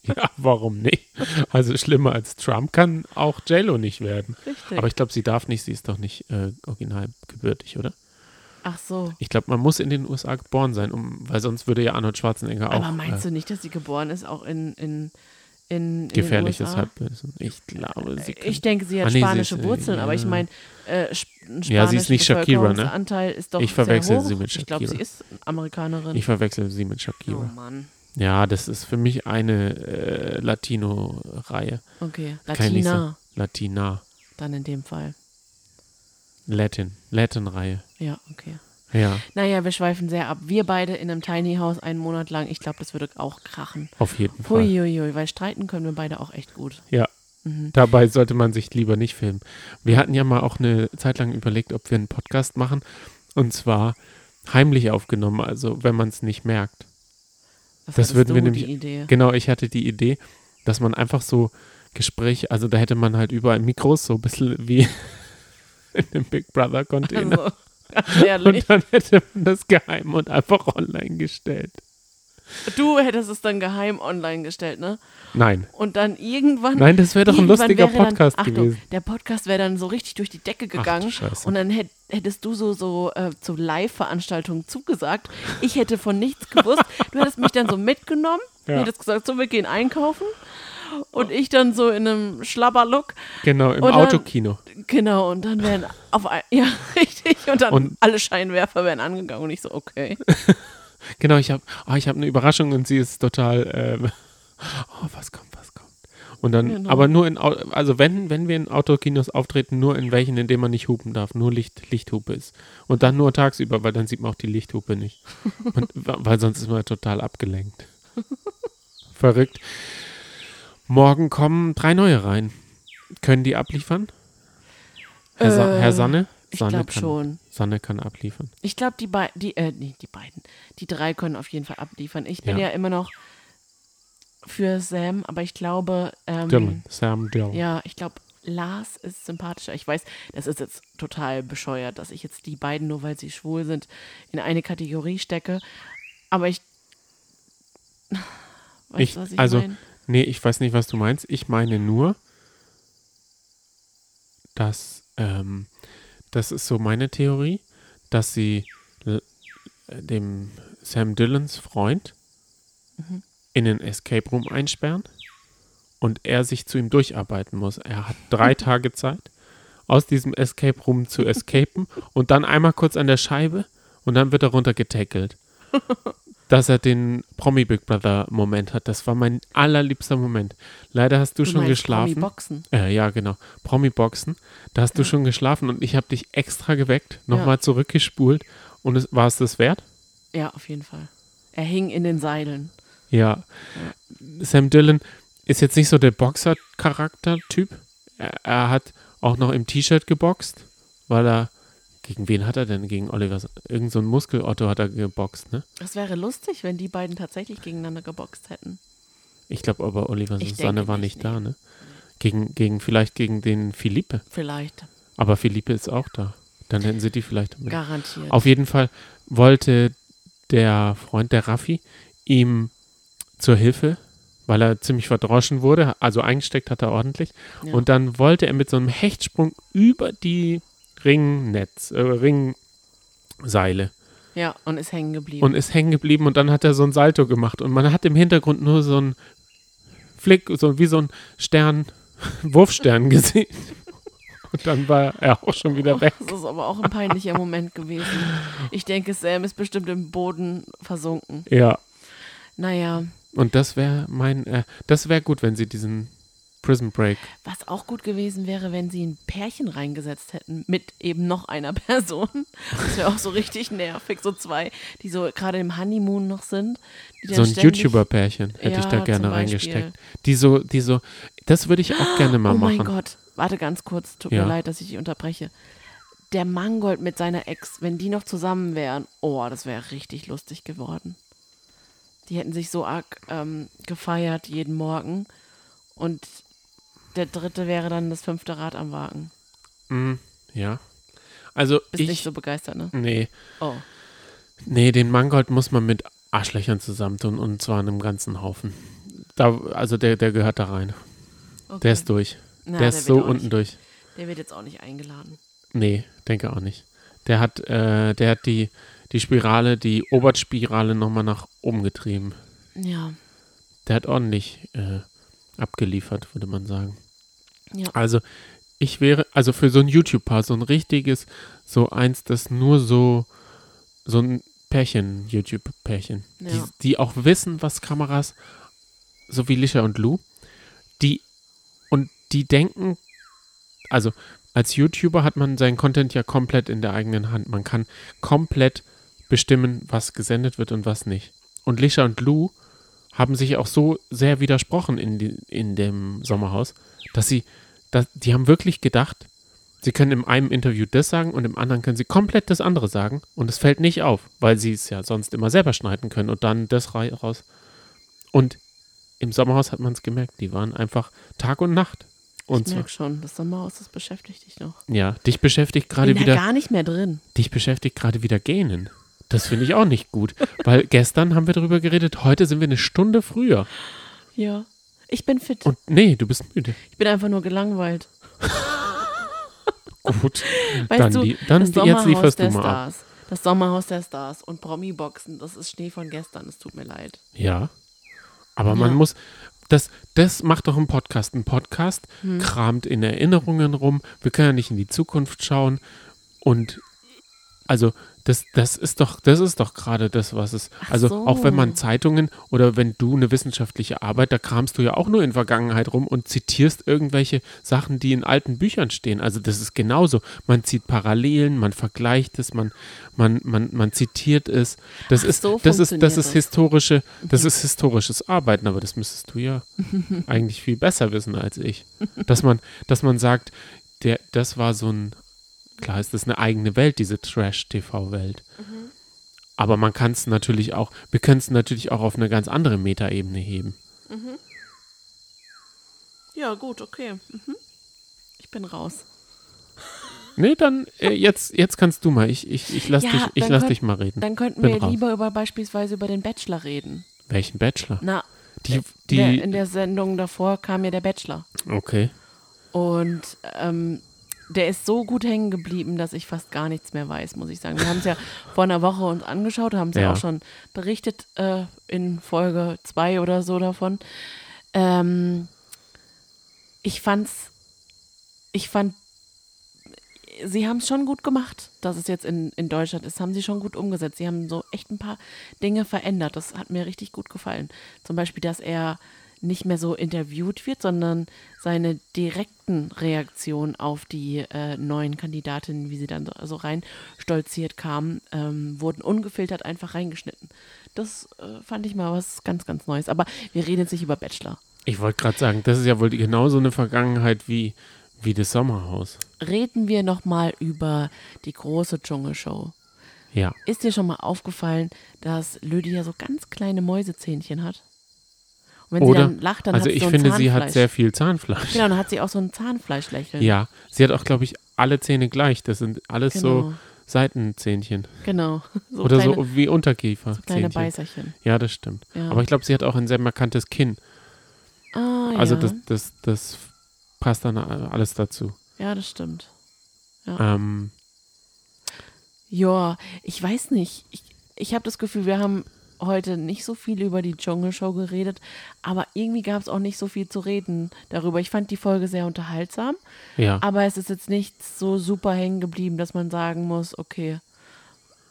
Speaker 1: Ja, warum nicht? Also schlimmer als Trump kann auch JLo nicht werden.
Speaker 2: Richtig.
Speaker 1: Aber ich glaube, sie darf nicht, sie ist doch nicht äh, original gebürtig, oder?
Speaker 2: Ach so.
Speaker 1: Ich glaube, man muss in den USA geboren sein, um, weil sonst würde ja Arnold Schwarzenegger auch
Speaker 2: Aber meinst
Speaker 1: äh,
Speaker 2: du nicht, dass sie geboren ist, auch in, in, in, in den
Speaker 1: gefährliches
Speaker 2: USA? Äh,
Speaker 1: Halbwissen. Ich glaube, sie kann,
Speaker 2: Ich denke, sie
Speaker 1: Ah,
Speaker 2: hat
Speaker 1: nee, sie
Speaker 2: spanische
Speaker 1: ist, äh,
Speaker 2: Wurzeln, aber ich
Speaker 1: ja.
Speaker 2: meine, äh, sp ein
Speaker 1: Ja, sie ist nicht
Speaker 2: spanischer
Speaker 1: Shakira, ne?
Speaker 2: Bevölkerungsanteil ist doch
Speaker 1: Ich verwechsel
Speaker 2: sehr hoch.
Speaker 1: sie mit
Speaker 2: Ich glaube, sie
Speaker 1: Shakira.
Speaker 2: ist Amerikanerin.
Speaker 1: ich verwechsel sie mit
Speaker 2: oh
Speaker 1: Shakira.
Speaker 2: Mann.
Speaker 1: Ja, das ist für mich eine äh, Latino-Reihe.
Speaker 2: Okay,
Speaker 1: Kann ich nicht
Speaker 2: Latina
Speaker 1: sagen. Latina.
Speaker 2: dann in dem Fall.
Speaker 1: Latin, Latin-Reihe.
Speaker 2: Ja, okay.
Speaker 1: Ja,
Speaker 2: Naja, wir schweifen sehr ab. Wir beide in einem Tiny House einen Monat lang. Ich glaube, das würde auch krachen.
Speaker 1: auf jeden Fall.
Speaker 2: Huiuiui, weil streiten können wir beide auch echt gut. Mhm.
Speaker 1: Ja. Dabei sollte man sich lieber nicht filmen. Wir hatten ja mal auch eine Zeit lang überlegt, ob wir einen Podcast machen. Und zwar heimlich aufgenommen, also wenn man es nicht merkt. Das
Speaker 2: hattest
Speaker 1: würden
Speaker 2: du,
Speaker 1: wir nämlich-
Speaker 2: die Idee.
Speaker 1: Genau, ich hatte die Idee, dass man einfach so Gespräche, also da hätte man halt überall Mikros, so ein bisschen wie in dem Big Brother-Container.
Speaker 2: Also, ganz ehrlich.
Speaker 1: Und dann hätte man das geheim und einfach online gestellt.
Speaker 2: Du hättest es dann geheim online gestellt, ne?
Speaker 1: Nein.
Speaker 2: Und dann irgendwann.
Speaker 1: Nein, das wäre doch ein
Speaker 2: irgendwann
Speaker 1: lustiger
Speaker 2: wäre dann,
Speaker 1: Podcast
Speaker 2: Achtung,
Speaker 1: gewesen.
Speaker 2: Der Podcast wäre dann so richtig durch die Decke
Speaker 1: du
Speaker 2: gegangen.
Speaker 1: Scheiße.
Speaker 2: und dann hätt, hättest du so, so äh, zu Live-Veranstaltungen zugesagt. Ich hätte von nichts gewusst. Du hättest mich dann so mitgenommen.
Speaker 1: Ja.
Speaker 2: Hättest gesagt, so, wir gehen einkaufen. Und ich dann so in einem Schlabberlook.
Speaker 1: Genau, im
Speaker 2: Und dann-
Speaker 1: Autokino.
Speaker 2: Genau, und dann wären auf ein, ja, richtig, und dann
Speaker 1: Und-
Speaker 2: alle Scheinwerfer wären angegangen und ich so, okay.
Speaker 1: Genau, ich habe oh, ich hab eine Überraschung und sie ist total, ähm, oh, was kommt, was kommt. Und dann,
Speaker 2: Genau.
Speaker 1: aber nur in, Au- also wenn, wenn wir in Autokinos auftreten, nur in welchen, in denen man nicht hupen darf, nur Licht, Lichthupe ist. Und dann nur tagsüber, weil dann sieht man auch die Lichthupe nicht. Und, wa- weil sonst ist man total abgelenkt. Verrückt. Morgen kommen drei neue rein. Können die abliefern? Herr, Sa
Speaker 2: Äh,
Speaker 1: Herr Sanne?
Speaker 2: Ich
Speaker 1: Sanne
Speaker 2: glaube
Speaker 1: kann-
Speaker 2: schon.
Speaker 1: Sanne kann abliefern.
Speaker 2: Ich glaube, die beiden, die, äh, nee, die beiden, die drei können auf jeden Fall abliefern. Ich bin
Speaker 1: Ja.
Speaker 2: ja, immer noch für Sam, aber ich glaube, ähm,
Speaker 1: Dylan, Sam Dylan.
Speaker 2: ja, ich glaube, Lars ist sympathischer. Ich weiß, das ist jetzt total bescheuert, dass ich jetzt die beiden, nur weil sie schwul sind, in eine Kategorie stecke, aber ich, weißt
Speaker 1: Ich-
Speaker 2: du, was ich
Speaker 1: also,
Speaker 2: mein?
Speaker 1: Nee, ich weiß nicht, was du meinst. Ich meine nur, dass, ähm, das ist so meine Theorie, dass sie l- dem Sam Dillons Freund
Speaker 2: Mhm.
Speaker 1: in den Escape Room einsperren und er sich zu ihm durcharbeiten muss. Er hat drei Tage Zeit, aus diesem Escape Room zu escapen und dann einmal kurz an der Scheibe und dann wird er runtergetackelt. Dass er den Promi Big Brother Moment hat. Das war mein allerliebster Moment. Leider hast du,
Speaker 2: Du
Speaker 1: schon
Speaker 2: meinst Promi
Speaker 1: geschlafen.
Speaker 2: Boxen.
Speaker 1: Äh, ja, genau. Promi-Boxen. Da hast du schon geschlafen und ich habe dich extra geweckt, nochmal zurückgespult. Und es, war es das wert?
Speaker 2: Ja, auf jeden Fall. Er hing in den Seilen.
Speaker 1: Ja. Sam Dillon ist jetzt nicht so der Boxer-Charakter-Typ. Er, er hat auch noch im T-Shirt geboxt, weil er. Gegen wen hat er denn? Gegen Oliver? S- Irgend so ein Muskelotto hat er geboxt, ne?
Speaker 2: Es wäre lustig, wenn die beiden tatsächlich gegeneinander geboxt hätten.
Speaker 1: Ich glaube aber Oliver
Speaker 2: Ich
Speaker 1: Susanne
Speaker 2: denke
Speaker 1: war
Speaker 2: nicht,
Speaker 1: nicht da, ne? Gegen, gegen, vielleicht gegen den Philippe.
Speaker 2: Vielleicht,
Speaker 1: Aber Philippe ist auch da. Dann hätten sie die vielleicht. damit-
Speaker 2: garantiert.
Speaker 1: Auf jeden Fall wollte der Freund der Raffi ihm zur Hilfe, weil er ziemlich verdroschen wurde, also eingesteckt hat er ordentlich.
Speaker 2: Ja.
Speaker 1: Und dann wollte er mit so einem Hechtsprung über die Ringnetz, äh, Ringseile
Speaker 2: ja, und ist hängen geblieben.
Speaker 1: und ist hängen geblieben und dann hat er so ein Salto gemacht und man hat im Hintergrund nur so einen Flick, so wie so ein Stern, Wurfstern gesehen. Und dann war er auch schon wieder weg.
Speaker 2: das ist aber auch ein peinlicher Moment gewesen. Ich denke, Sam ist bestimmt im Boden versunken.
Speaker 1: Ja.
Speaker 2: Naja,
Speaker 1: Und das wäre mein, äh, das wäre gut, wenn sie diesen Prison Break.
Speaker 2: was auch gut gewesen wäre, wenn sie ein Pärchen reingesetzt hätten mit eben noch einer Person. Das wäre auch so richtig nervig, so zwei, die so gerade im Honeymoon noch sind. Die dann
Speaker 1: so ein
Speaker 2: ständig-
Speaker 1: YouTuber-Pärchen hätte ich da
Speaker 2: Ja,
Speaker 1: gerne
Speaker 2: zum Beispiel.
Speaker 1: reingesteckt. Die so, die so, das würde ich auch gerne mal
Speaker 2: oh
Speaker 1: machen.
Speaker 2: mein Gott, warte ganz kurz, tut
Speaker 1: Ja.
Speaker 2: mir leid, dass ich dich unterbreche. Der Mangold mit seiner Ex, wenn die noch zusammen wären, oh, das wäre richtig lustig geworden. Die hätten sich so arg ähm, gefeiert jeden Morgen und der dritte wäre dann das fünfte Rad am Wagen.
Speaker 1: Mm, ja. Also
Speaker 2: Bist
Speaker 1: ich,
Speaker 2: nicht so begeistert, ne?
Speaker 1: nee,
Speaker 2: Oh,
Speaker 1: nee, den Mangold muss man mit Arschlöchern zusammentun und zwar in einem ganzen Haufen. Da, also der, der gehört da rein.
Speaker 2: okay.
Speaker 1: Der ist durch.
Speaker 2: Na,
Speaker 1: der
Speaker 2: der
Speaker 1: ist
Speaker 2: wird
Speaker 1: so
Speaker 2: auch
Speaker 1: unten
Speaker 2: nicht-
Speaker 1: durch.
Speaker 2: Der wird jetzt auch nicht eingeladen.
Speaker 1: Nee, denke auch nicht. Der hat, äh, der hat die, die Spirale, die Obertspirale nochmal nach oben getrieben.
Speaker 2: Ja,
Speaker 1: Der hat ordentlich äh, abgeliefert, würde man sagen.
Speaker 2: Ja.
Speaker 1: Also ich wäre, also für so ein YouTube-Paar, so ein richtiges, so eins, das nur so, so ein Pärchen, YouTube-Pärchen,
Speaker 2: Ja.
Speaker 1: die, die auch wissen, was Kameras, so wie Lisha und Lou, die, und die denken, also als YouTuber hat man seinen Content ja komplett in der eigenen Hand. Man kann komplett bestimmen, was gesendet wird und was nicht. Und Lisha und Lou haben sich auch so sehr widersprochen in, die, in dem Sommerhaus, dass sie, dass, die haben wirklich gedacht, sie können in einem Interview das sagen und im anderen können sie komplett das andere sagen und es fällt nicht auf, weil sie es ja sonst immer selber schneiden können und dann das rei- raus. Und im Sommerhaus hat man es gemerkt, die waren einfach Tag und Nacht. Und
Speaker 2: ich
Speaker 1: so,
Speaker 2: merke schon, das Sommerhaus, das beschäftigt dich noch.
Speaker 1: ja, dich beschäftigt gerade
Speaker 2: Bin da
Speaker 1: wieder,
Speaker 2: gar nicht mehr drin.
Speaker 1: dich beschäftigt gerade wieder Gähnen. Das finde ich auch nicht gut, weil gestern haben wir darüber geredet, heute sind wir eine Stunde früher.
Speaker 2: Ja. Ich bin fit.
Speaker 1: Und nee, du bist müde.
Speaker 2: ich bin einfach nur gelangweilt.
Speaker 1: Gut.
Speaker 2: Weißt
Speaker 1: dann
Speaker 2: du,
Speaker 1: die, dann
Speaker 2: das
Speaker 1: die, jetzt
Speaker 2: Sommerhaus
Speaker 1: lieferst du
Speaker 2: der
Speaker 1: mal ab.
Speaker 2: Stars. Das Sommerhaus der Stars und Promi-Boxen, das ist Schnee von gestern, es tut mir leid.
Speaker 1: Ja. Aber man muss, das, das macht doch ein Podcast. Ein Podcast kramt in Erinnerungen rum. Wir können ja nicht in die Zukunft schauen. Und also das, das ist doch, das ist doch gerade das, was es. also
Speaker 2: so.
Speaker 1: auch wenn man Zeitungen oder wenn du eine wissenschaftliche Arbeit, da kramst du ja auch nur in Vergangenheit rum und zitierst irgendwelche Sachen, die in alten Büchern stehen. Also das ist genauso. Man zieht Parallelen, man vergleicht es, man, man, man, man zitiert es. Das ist,
Speaker 2: so
Speaker 1: das ist, das ist
Speaker 2: funktioniert das. Mhm.
Speaker 1: historische, das ist historisches Arbeiten, aber das müsstest du ja eigentlich viel besser wissen als ich. Dass man, dass man sagt, der, das war so ein, klar ist das eine eigene Welt, diese Trash-TV-Welt.
Speaker 2: Mhm.
Speaker 1: Aber man kann es natürlich auch, wir können es natürlich auch auf eine ganz andere Metaebene heben.
Speaker 2: Ja, gut, okay. Mhm. Ich bin raus.
Speaker 1: Nee, dann äh, jetzt, jetzt kannst du mal. Ich, ich, ich lass,
Speaker 2: Ja,
Speaker 1: dich, ich
Speaker 2: dann
Speaker 1: lass
Speaker 2: könnt-
Speaker 1: dich mal reden.
Speaker 2: Dann könnten
Speaker 1: Bin
Speaker 2: wir
Speaker 1: raus.
Speaker 2: lieber über beispielsweise über den Bachelor reden.
Speaker 1: Welchen Bachelor?
Speaker 2: Na,
Speaker 1: Die,
Speaker 2: der, in
Speaker 1: die,
Speaker 2: der Sendung davor kam ja der Bachelor.
Speaker 1: okay.
Speaker 2: Und ähm, der ist so gut hängen geblieben, dass ich fast gar nichts mehr weiß, muss ich sagen. Wir haben es ja vor einer Woche uns angeschaut, haben es ja.
Speaker 1: Ja.
Speaker 2: auch schon berichtet äh, in Folge 2 oder so davon. Ähm, ich fand's, ich fand, sie haben es schon gut gemacht, dass es jetzt in, in Deutschland ist, haben sie schon gut umgesetzt. Sie haben so echt ein paar Dinge verändert. Das hat mir richtig gut gefallen. Zum Beispiel, dass er nicht mehr so interviewt wird, sondern seine direkten Reaktionen auf die äh, neuen Kandidatinnen, wie sie dann so also rein stolziert kamen, ähm, wurden ungefiltert einfach reingeschnitten. Das äh, fand ich mal was ganz, ganz Neues. Aber wir reden jetzt nicht über Bachelor.
Speaker 1: Ich wollte gerade sagen, das ist ja wohl die- genauso eine Vergangenheit wie, wie das Sommerhaus.
Speaker 2: reden wir nochmal über die große Dschungelshow.
Speaker 1: Ja.
Speaker 2: Ist dir schon mal aufgefallen, dass Lydia so ganz kleine Mäusezähnchen hat? Und wenn
Speaker 1: Oder?
Speaker 2: sie dann lacht, dann
Speaker 1: also
Speaker 2: hat sie
Speaker 1: ich
Speaker 2: so ein
Speaker 1: finde, sie
Speaker 2: Zahnfleisch.
Speaker 1: hat sehr viel Zahnfleisch.
Speaker 2: Genau, dann hat sie auch so ein Zahnfleischlächeln.
Speaker 1: Ja. Sie hat auch, glaube ich, alle Zähne gleich. Das sind alles so
Speaker 2: Genau.
Speaker 1: Seitenzähnchen.
Speaker 2: Genau. So
Speaker 1: Oder
Speaker 2: kleine,
Speaker 1: so wie Unterkieferzähnchen.
Speaker 2: kleine Beißerchen.
Speaker 1: ja, das stimmt.
Speaker 2: Ja.
Speaker 1: Aber ich glaube, sie hat auch ein sehr markantes Kinn.
Speaker 2: Ah,
Speaker 1: Also
Speaker 2: ja.
Speaker 1: das, das, das passt dann alles dazu.
Speaker 2: ja, das stimmt. Ah.
Speaker 1: Ähm,
Speaker 2: Ja, ich weiß nicht. Ich, ich habe das Gefühl, wir haben heute nicht so viel über die Dschungelshow geredet, aber irgendwie gab es auch nicht so viel zu reden darüber. Ich fand die Folge sehr unterhaltsam.
Speaker 1: ja.
Speaker 2: Aber es ist jetzt nicht so super hängen geblieben, dass man sagen muss, okay,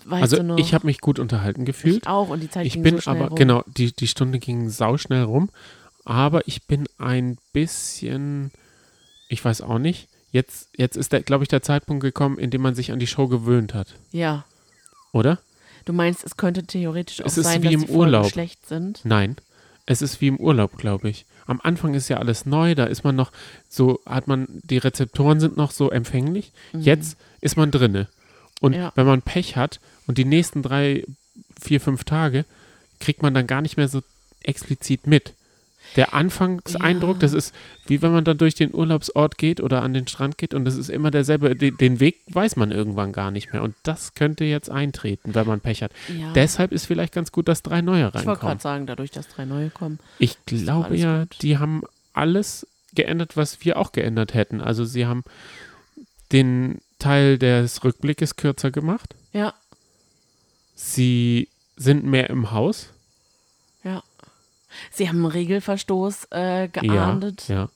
Speaker 2: weißt du
Speaker 1: also
Speaker 2: noch,
Speaker 1: ich habe mich gut unterhalten gefühlt.
Speaker 2: ich auch und die Zeit
Speaker 1: Ich
Speaker 2: Halt
Speaker 1: bin
Speaker 2: ging so schnell
Speaker 1: aber,
Speaker 2: rum.
Speaker 1: genau, die, die Stunde ging sauschnell rum, aber ich bin ein bisschen, ich weiß auch nicht, jetzt, jetzt ist, glaube ich, der Zeitpunkt gekommen, in dem man sich an die Show gewöhnt hat,
Speaker 2: Ja,
Speaker 1: oder?
Speaker 2: du meinst, es könnte theoretisch auch
Speaker 1: Es ist
Speaker 2: sein,
Speaker 1: wie
Speaker 2: dass
Speaker 1: im
Speaker 2: die Folgen
Speaker 1: Urlaub.
Speaker 2: schlecht sind.
Speaker 1: Nein, es ist wie im Urlaub, glaube ich. Am Anfang ist ja alles neu, da ist man noch so, hat man, die Rezeptoren sind noch so empfänglich. Jetzt ist man drinne. Und
Speaker 2: Mhm. Ja.
Speaker 1: wenn man Pech hat und die nächsten drei, vier, fünf Tage, kriegt man dann gar nicht mehr so explizit mit. Der Anfangseindruck, das ist wie wenn man dann durch den Urlaubsort geht oder an den Strand geht und das ist immer derselbe, den, den Weg weiß man irgendwann gar nicht mehr. Und das könnte jetzt eintreten, wenn man Pech hat.
Speaker 2: Ja.
Speaker 1: Deshalb ist vielleicht ganz gut, dass drei neue
Speaker 2: Ich wollte
Speaker 1: reinkommen.
Speaker 2: gerade sagen, dadurch, dass drei neue kommen.
Speaker 1: Ich
Speaker 2: doch
Speaker 1: glaube
Speaker 2: alles
Speaker 1: ja,
Speaker 2: gut.
Speaker 1: die haben alles geändert, was wir auch geändert hätten. Also sie haben den Teil des Rückblickes kürzer gemacht.
Speaker 2: Ja,
Speaker 1: Sie sind mehr im Haus.
Speaker 2: ja. Sie haben einen Regelverstoß äh, geahndet
Speaker 1: Ja,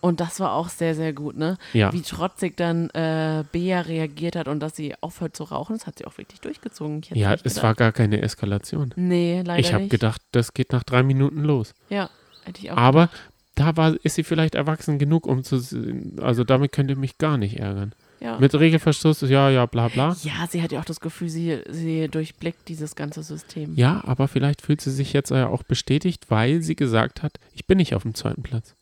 Speaker 2: und das war auch sehr, sehr gut, ne?
Speaker 1: ja,
Speaker 2: Wie
Speaker 1: ja.
Speaker 2: trotzig dann äh, Bea reagiert hat und dass sie aufhört zu rauchen, das hat sie auch wirklich durchgezogen. Ich hätt's
Speaker 1: Ja,
Speaker 2: nicht
Speaker 1: es
Speaker 2: gedacht.
Speaker 1: war gar keine Eskalation.
Speaker 2: Nee, leider
Speaker 1: ich habe
Speaker 2: nicht. Oh
Speaker 1: gedacht, das geht nach drei Minuten los.
Speaker 2: Ja, hätte ich auch
Speaker 1: Aber da war, ist sie vielleicht erwachsen genug, um zu sehen, also damit könnt ihr mich gar nicht ärgern.
Speaker 2: ja.
Speaker 1: Mit Regelverstoß, ja, ja, bla, bla.
Speaker 2: Ja, sie hat ja auch das Gefühl, sie, sie durchblickt dieses ganze System.
Speaker 1: Ja, aber vielleicht fühlt sie sich jetzt ja auch bestätigt, weil sie gesagt hat, ich bin nicht auf dem zweiten Platz.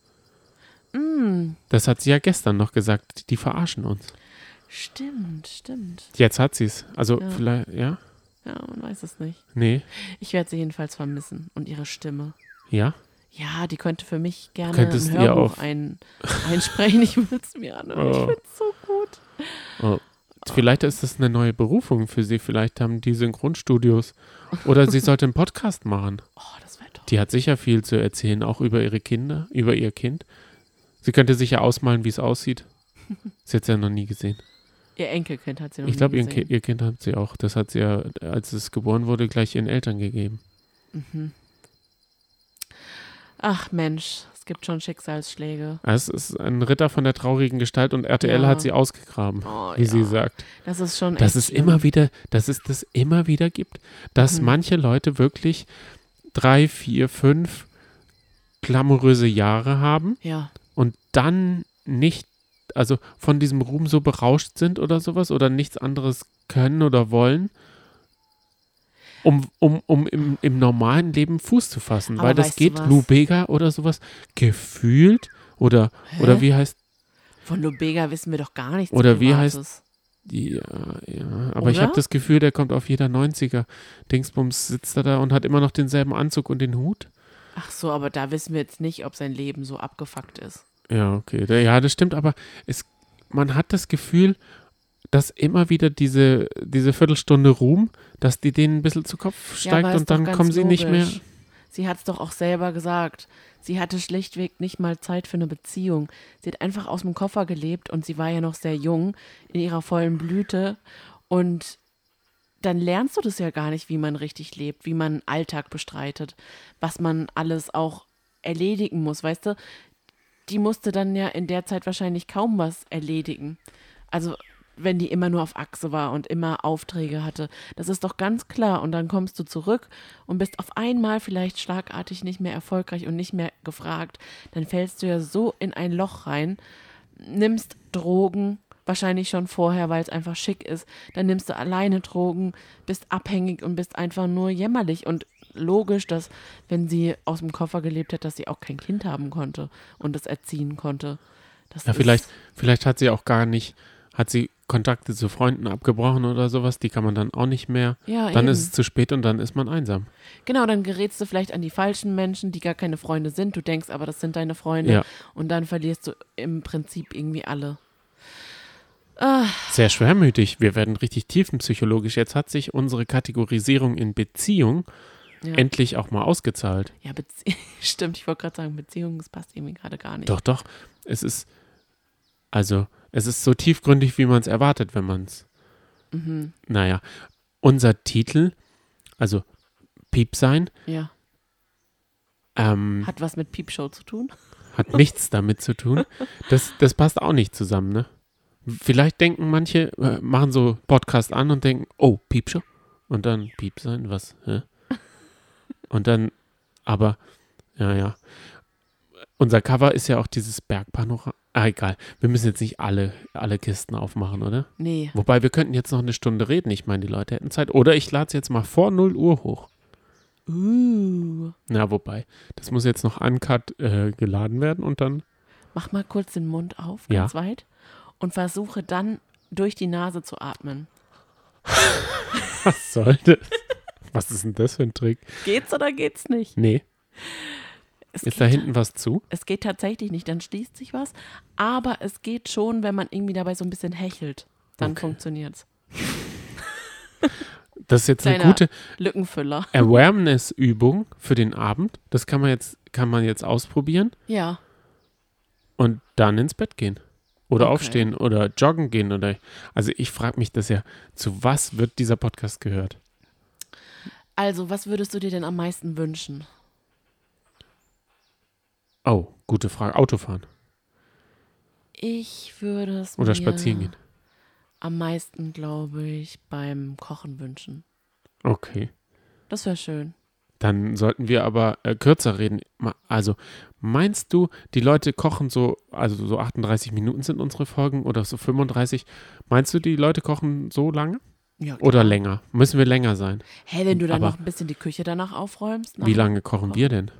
Speaker 2: Mm,
Speaker 1: Das hat sie ja gestern noch gesagt, die verarschen uns.
Speaker 2: stimmt, stimmt.
Speaker 1: Jetzt hat sie es. Also
Speaker 2: Ja.
Speaker 1: vielleicht, ja?
Speaker 2: Ja, man weiß es nicht.
Speaker 1: Nee,
Speaker 2: Ich werde sie jedenfalls vermissen und ihre Stimme.
Speaker 1: ja.
Speaker 2: Ja, die könnte für mich gerne
Speaker 1: Könntest
Speaker 2: ein
Speaker 1: ihr
Speaker 2: Hörbuch
Speaker 1: auf-
Speaker 2: ein, einsprechen. Ich würde es mir anhören. Ich
Speaker 1: Oh.
Speaker 2: finde es so gut.
Speaker 1: Oh. Vielleicht ist das eine neue Berufung für sie. Vielleicht haben die Synchronstudios. Oder sie sollte einen Podcast machen.
Speaker 2: Oh, das wäre toll.
Speaker 1: Die hat sicher viel zu erzählen, auch über ihre Kinder, über ihr Kind. Sie könnte sich ja ausmalen, wie es aussieht. Sie hat es ja noch nie gesehen.
Speaker 2: Ihr Enkelkind hat sie noch
Speaker 1: Ich
Speaker 2: nie
Speaker 1: glaube, ihr, Ki-
Speaker 2: gesehen.
Speaker 1: ihr Kind hat sie auch. Das hat sie ja, als es geboren wurde, gleich ihren Eltern gegeben.
Speaker 2: Mhm. Ach Mensch, es gibt schon Schicksalsschläge.
Speaker 1: Ah, Es ist ein Ritter von der traurigen Gestalt und RTL
Speaker 2: Ja.
Speaker 1: hat sie ausgegraben,
Speaker 2: Oh,
Speaker 1: wie sie
Speaker 2: ja.
Speaker 1: sagt.
Speaker 2: Das ist schon
Speaker 1: Dass
Speaker 2: echt
Speaker 1: es
Speaker 2: schlimm. Hm.
Speaker 1: immer wieder, dass es das immer wieder gibt, dass manche Leute wirklich drei, vier, fünf glamouröse Jahre haben
Speaker 2: Ja,
Speaker 1: und dann nicht, also von diesem Ruhm so berauscht sind oder sowas oder nichts anderes können oder wollen, um, um, um im, im normalen Leben Fuß zu fassen.
Speaker 2: Aber
Speaker 1: weil das
Speaker 2: weißt du
Speaker 1: geht,
Speaker 2: was?
Speaker 1: Lubega oder sowas, gefühlt oder, oder wie heißt,
Speaker 2: von Lubega wissen wir doch gar nichts.
Speaker 1: Oder wie heißt-
Speaker 2: Privates.
Speaker 1: ja, äh, ja, aber ich habe
Speaker 2: Oder?
Speaker 1: das Gefühl, der kommt auf jeder 90er. Dingsbums sitzt er da und hat immer noch denselben Anzug und den Hut.
Speaker 2: Ach so, aber da wissen wir jetzt nicht, ob sein Leben so abgefuckt ist.
Speaker 1: Ja, okay. Da- Ja, das stimmt, aber es, man hat das Gefühl, dass immer wieder diese, diese Viertelstunde Ruhm, dass die denen ein bisschen zu Kopf steigt
Speaker 2: aber ist
Speaker 1: und
Speaker 2: doch
Speaker 1: dann
Speaker 2: ganz
Speaker 1: kommen sie nicht mehr.
Speaker 2: logisch. Sie hat es doch auch selber gesagt. Sie hatte schlichtweg nicht mal Zeit für eine Beziehung. Sie hat einfach aus dem Koffer gelebt und sie war ja noch sehr jung, in ihrer vollen Blüte. Und dann lernst du das ja gar nicht, wie man richtig lebt, wie man einen Alltag bestreitet, was man alles auch erledigen muss, weißt du? Die musste dann ja in der Zeit wahrscheinlich kaum was erledigen. Also wenn die immer nur auf Achse war und immer Aufträge hatte. Das ist doch ganz klar. Und dann kommst du zurück und bist auf einmal vielleicht schlagartig nicht mehr erfolgreich und nicht mehr gefragt. Dann fällst du ja so in ein Loch rein, nimmst Drogen, wahrscheinlich schon vorher, weil es einfach schick ist. Dann nimmst du alleine Drogen, bist abhängig und bist einfach nur jämmerlich. Und logisch, dass wenn sie aus dem Koffer gelebt hat, dass sie auch kein Kind haben konnte und es erziehen konnte. Das
Speaker 1: Ja,
Speaker 2: ist-
Speaker 1: vielleicht, vielleicht hat sie auch gar nicht, hat sie Kontakte zu Freunden abgebrochen oder sowas, die kann man dann auch nicht mehr.
Speaker 2: Ja,
Speaker 1: dann
Speaker 2: eben.
Speaker 1: ist es zu spät und dann ist man einsam.
Speaker 2: Genau, dann gerätst du vielleicht an die falschen Menschen, die gar keine Freunde sind. Du denkst aber, das sind deine Freunde.
Speaker 1: Ja.
Speaker 2: Und dann verlierst du im Prinzip irgendwie alle. Ah,
Speaker 1: Sehr schwermütig. Wir werden richtig tiefenpsychologisch. Jetzt hat sich unsere Kategorisierung in Beziehung
Speaker 2: Ja,
Speaker 1: endlich auch mal ausgezahlt.
Speaker 2: ja Bezie- stimmt. Ich wollte gerade sagen, Beziehung, das passt irgendwie gerade gar nicht.
Speaker 1: Doch, doch. Es ist, also, es ist so tiefgründig, wie man es erwartet, wenn man es. Naja, unser Titel, also Piep sein,
Speaker 2: Ja.
Speaker 1: ähm,
Speaker 2: Hat was mit Piepshow zu tun?
Speaker 1: hat nichts damit zu tun. Das, das passt auch nicht zusammen, ne? Vielleicht denken manche, äh, machen so Podcast an und denken, oh, Piepshow. Und dann Piep sein, was? Hä? Und dann, aber, ja, ja. Unser Cover ist ja auch dieses Bergpanorama. Ah, egal. Wir müssen jetzt nicht alle, alle Kisten aufmachen, oder?
Speaker 2: Nee.
Speaker 1: Wobei, wir könnten jetzt noch eine Stunde reden. Ich meine, die Leute hätten Zeit. Oder ich lade es jetzt mal vor 0 Uhr hoch.
Speaker 2: Uh.
Speaker 1: Na, wobei, das muss jetzt noch uncut äh, geladen werden und dann
Speaker 2: Mach mal kurz den Mund auf,
Speaker 1: Ja.
Speaker 2: ganz weit. Und versuche dann durch die Nase zu atmen.
Speaker 1: Was soll das? Was ist denn das für ein Trick?
Speaker 2: Geht's oder geht's nicht?
Speaker 1: Nee,
Speaker 2: Es
Speaker 1: ist da hinten was zu?
Speaker 2: Es geht tatsächlich nicht, dann schließt sich was. Aber es geht schon, wenn man irgendwie dabei so ein bisschen hechelt. Dann
Speaker 1: Okay.
Speaker 2: funktioniert's.
Speaker 1: Das ist jetzt eine
Speaker 2: Kleiner
Speaker 1: gute
Speaker 2: Lückenfüller.
Speaker 1: Awareness-Übung für den Abend. Das kann man jetzt, kann man jetzt ausprobieren
Speaker 2: Ja.
Speaker 1: und dann ins Bett gehen. Oder
Speaker 2: Okay.
Speaker 1: aufstehen oder joggen gehen oder. Also ich frage mich das ja, zu was wird dieser Podcast gehört?
Speaker 2: Also, was würdest du dir denn am meisten wünschen?
Speaker 1: Oh, gute Frage. Autofahren
Speaker 2: Ich würde es
Speaker 1: oder
Speaker 2: mir
Speaker 1: spazieren gehen.
Speaker 2: am meisten, glaube ich, beim Kochen wünschen.
Speaker 1: Okay.
Speaker 2: Das wäre schön.
Speaker 1: Dann sollten wir aber äh, kürzer reden. Ma- Also, meinst du, die Leute kochen so, also so 38 Minuten sind unsere Folgen oder so 35? Meinst du, die Leute kochen so lange
Speaker 2: Ja,
Speaker 1: oder länger? Müssen wir länger sein?
Speaker 2: Hä, wenn du dann
Speaker 1: aber-
Speaker 2: noch ein bisschen die Küche danach aufräumst?
Speaker 1: Wie
Speaker 2: nach-
Speaker 1: lange kochen wir denn?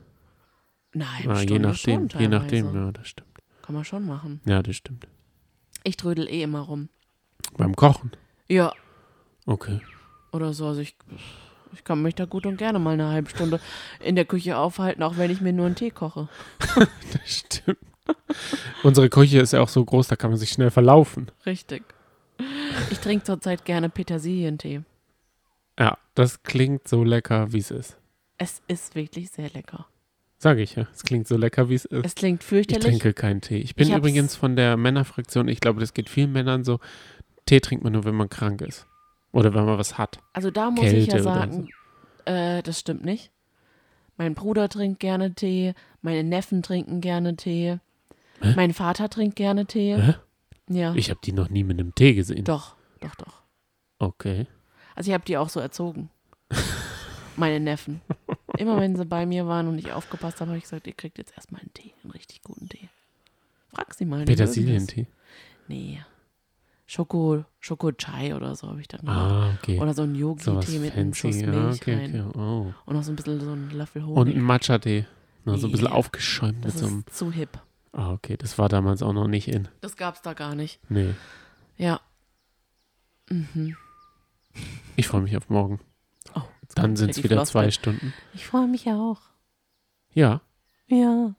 Speaker 2: Nein,
Speaker 1: Na, je
Speaker 2: Stunde
Speaker 1: nachdem,
Speaker 2: schon
Speaker 1: je nachdem,
Speaker 2: teilweise.
Speaker 1: ja, das stimmt.
Speaker 2: Kann man schon machen.
Speaker 1: Ja, das stimmt.
Speaker 2: Ich trödel eh immer rum.
Speaker 1: Beim Kochen.
Speaker 2: Ja,
Speaker 1: Okay.
Speaker 2: oder so. Also ich, ich kann mich da gut und gerne mal eine halbe Stunde in der Küche aufhalten, auch wenn ich mir nur einen Tee koche.
Speaker 1: Das stimmt. Unsere Küche ist ja auch so groß, da kann man sich schnell verlaufen.
Speaker 2: Richtig. Ich trinke zurzeit gerne Petersilientee.
Speaker 1: Ja, das klingt so lecker, wie es ist.
Speaker 2: Es ist wirklich sehr lecker.
Speaker 1: Sage ich ja. Es klingt so lecker, wie es ist.
Speaker 2: Es klingt
Speaker 1: Ich
Speaker 2: fürchterlich.
Speaker 1: trinke keinen Tee. Ich bin
Speaker 2: Ich hab's-
Speaker 1: übrigens von der Männerfraktion, ich glaube, das geht vielen Männern so. Tee trinkt man nur, wenn man krank ist. Oder wenn man was hat.
Speaker 2: Also da muss ich
Speaker 1: Kälte oder
Speaker 2: ja sagen, äh, das stimmt nicht. Mein Bruder trinkt gerne Tee, meine Neffen trinken gerne Tee, mein Vater trinkt gerne Tee.
Speaker 1: Hä?
Speaker 2: Ja,
Speaker 1: Ich habe die noch nie mit einem Tee gesehen.
Speaker 2: Ah. doch, doch, doch.
Speaker 1: Okay.
Speaker 2: Also ich habe die auch so erzogen. meine Neffen. Immer wenn sie bei mir waren und ich aufgepasst habe, habe ich gesagt, ihr kriegt jetzt erstmal einen Tee, einen richtig guten Tee. Frag sie mal. die mögen das.
Speaker 1: Petersilientee.
Speaker 2: Nee. Schoko, Schoko Chai oder so habe ich dann gemacht.
Speaker 1: Ah, okay.
Speaker 2: Oder so ein
Speaker 1: Sowas
Speaker 2: Yogi-Tee mit einem Schuss
Speaker 1: fancy.
Speaker 2: Milch
Speaker 1: Ja, okay,
Speaker 2: rein.
Speaker 1: okay. Oh.
Speaker 2: Und noch so ein bisschen so ein Löffel
Speaker 1: Und
Speaker 2: Honig.
Speaker 1: ein Matcha-Tee. Na, so ein bisschen
Speaker 2: Yeah.
Speaker 1: aufgeschäumt mit
Speaker 2: das
Speaker 1: so einem.
Speaker 2: ist zu hip.
Speaker 1: Ah, okay. Das war damals auch noch nicht in.
Speaker 2: Das gab's da gar nicht.
Speaker 1: Nee.
Speaker 2: Ja.
Speaker 1: Ich freue mich auf morgen.
Speaker 2: Oh, jetzt
Speaker 1: Dann
Speaker 2: kommt hier
Speaker 1: sind es
Speaker 2: die
Speaker 1: wieder
Speaker 2: Floskel.
Speaker 1: zwei Stunden.
Speaker 2: Ich freue mich ja auch.
Speaker 1: Ja.
Speaker 2: Ja.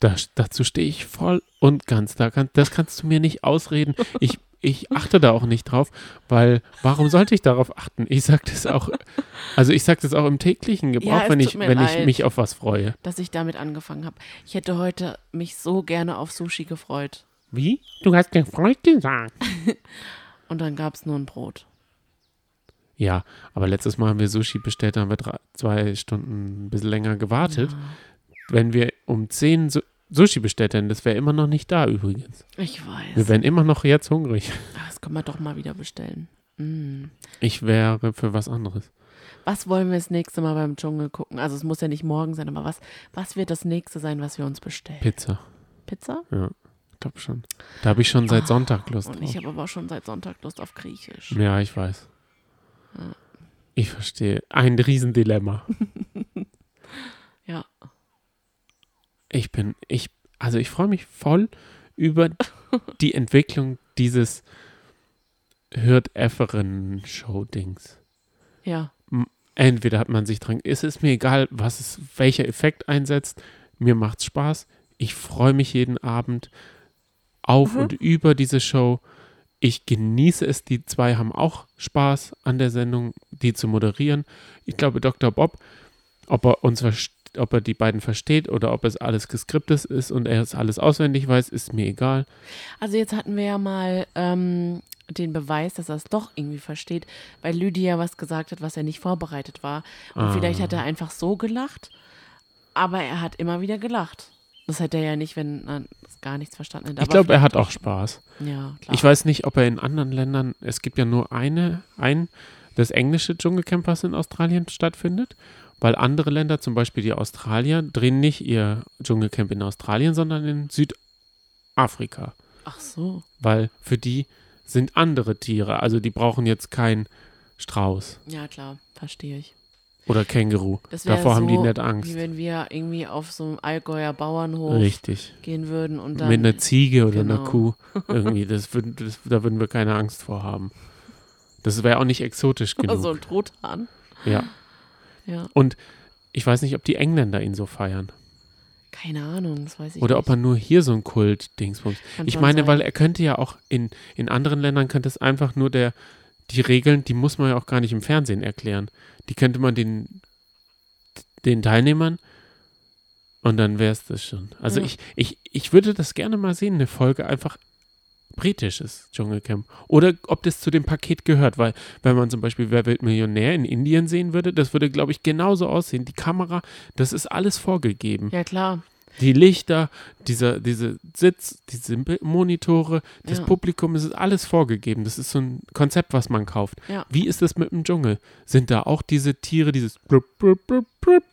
Speaker 1: Da, dazu stehe ich voll und ganz. Da kann, das kannst du mir nicht ausreden. Ich, ich achte da auch nicht drauf, weil warum sollte ich darauf achten? Ich sage das auch, also ich sage das auch im täglichen Gebrauch,
Speaker 2: Ja, es
Speaker 1: wenn,
Speaker 2: tut
Speaker 1: ich,
Speaker 2: mir
Speaker 1: wenn ich
Speaker 2: leid.
Speaker 1: mich auf was freue.
Speaker 2: Dass ich damit angefangen habe. Ich hätte heute mich so gerne auf Sushi gefreut.
Speaker 1: Wie? Du hast gefreut gesagt.
Speaker 2: Und dann gab's nur ein Brot.
Speaker 1: Ja, aber letztes Mal haben wir Sushi bestellt, da haben wir drei, zwei Stunden ein bisschen länger gewartet. Wenn wir um 10 Su Sushi bestellt hätten, das wäre immer noch nicht da übrigens.
Speaker 2: Ich
Speaker 1: Wir
Speaker 2: weiß.
Speaker 1: wären immer noch jetzt hungrig.
Speaker 2: Ach, Ah, Das können wir doch mal wieder bestellen. Mm.
Speaker 1: Ich wäre für was anderes.
Speaker 2: Was wollen wir das nächste Mal beim Dschungel gucken? Also es muss ja nicht morgen sein, aber was, was wird das nächste sein, was wir uns bestellen?
Speaker 1: Pizza.
Speaker 2: Pizza?
Speaker 1: Ja, ich glaube schon. Da habe ich schon seit Sonntag Lust
Speaker 2: Ah, Und ich
Speaker 1: drauf.
Speaker 2: habe aber schon seit Sonntag Lust auf Griechisch.
Speaker 1: Ja, ich weiß. Ich verstehe. Ein Riesendilemma.
Speaker 2: Ja.
Speaker 1: Ich bin, ich, also ich freue mich voll über die Entwicklung dieses hürth efferen show dings
Speaker 2: Ja.
Speaker 1: Entweder hat man sich dran, es ist mir egal, was es, welcher Effekt einsetzt, mir macht's Spaß. Ich freue mich jeden Abend auf
Speaker 2: Mhm.
Speaker 1: und über diese Show. Ich genieße es. Die zwei haben auch Spaß an der Sendung, die zu moderieren. Ich glaube, Dr. Bob, ob er uns verst- ob er die beiden versteht oder ob es alles geskriptet ist und er es alles auswendig weiß, ist mir egal.
Speaker 2: Also jetzt hatten wir ja mal ähm, den Beweis, dass er es doch irgendwie versteht, weil Lydia was gesagt hat, was er nicht vorbereitet war. Und
Speaker 1: Ah.
Speaker 2: vielleicht hat er einfach so gelacht, aber er hat immer wieder gelacht. Das hätte er ja nicht, wenn er es gar nichts verstanden hätte.
Speaker 1: Ich
Speaker 2: Aber
Speaker 1: glaube, er hat auch Spaß.
Speaker 2: vielleicht- ja, klar.
Speaker 1: Ich weiß nicht, ob er in anderen Ländern, es gibt ja nur eine, ein, das englische Dschungelcamp, was in Australien stattfindet, weil andere Länder, zum Beispiel die Australier, drehen nicht ihr Dschungelcamp in Australien, sondern in Südafrika,
Speaker 2: Ach so,
Speaker 1: weil für die sind andere Tiere, also die brauchen jetzt keinen Strauß
Speaker 2: ja klar, verstehe ich.
Speaker 1: oder Känguru.
Speaker 2: Das wäre
Speaker 1: Davor
Speaker 2: so,
Speaker 1: haben die nicht
Speaker 2: Wie
Speaker 1: Angst.
Speaker 2: wenn wir irgendwie auf so einem Allgäuer Bauernhof
Speaker 1: Richtig.
Speaker 2: gehen würden und dann.
Speaker 1: Mit einer Ziege oder einer
Speaker 2: Genau.
Speaker 1: Kuh irgendwie, das würden, das, da würden wir keine Angst vor haben. Das wäre auch nicht exotisch
Speaker 2: oder
Speaker 1: genug.
Speaker 2: so ein Truthahn.
Speaker 1: Ja.
Speaker 2: Ja.
Speaker 1: Und ich weiß nicht, ob die Engländer ihn so feiern.
Speaker 2: Keine Ahnung, das weiß ich
Speaker 1: Oder
Speaker 2: nicht.
Speaker 1: ob er nur hier so ein Kult-Dingsbums.
Speaker 2: Kann
Speaker 1: Ich
Speaker 2: schon
Speaker 1: meine,
Speaker 2: sein.
Speaker 1: weil er könnte ja auch in, in anderen Ländern könnte es einfach nur der, die Regeln, die muss man ja auch gar nicht im Fernsehen erklären. Die könnte man den, den Teilnehmern und dann wäre es das schon. Also
Speaker 2: Ja.
Speaker 1: ich, ich, ich würde das gerne mal sehen, eine Folge einfach britisches Dschungelcamp. Oder ob das zu dem Paket gehört, weil wenn man zum Beispiel Wer wird Millionär in Indien sehen würde, das würde, glaube ich, genauso aussehen. Die Kamera, das ist alles vorgegeben.
Speaker 2: Ja, klar.
Speaker 1: Die Lichter, dieser, diese Sitz, diese Bi- Monitore, das
Speaker 2: Ja.
Speaker 1: Publikum, es ist alles vorgegeben. Das ist so ein Konzept, was man kauft.
Speaker 2: Ja.
Speaker 1: Wie ist das mit dem Dschungel? Sind da auch diese Tiere, dieses blub, blub, blub, blub?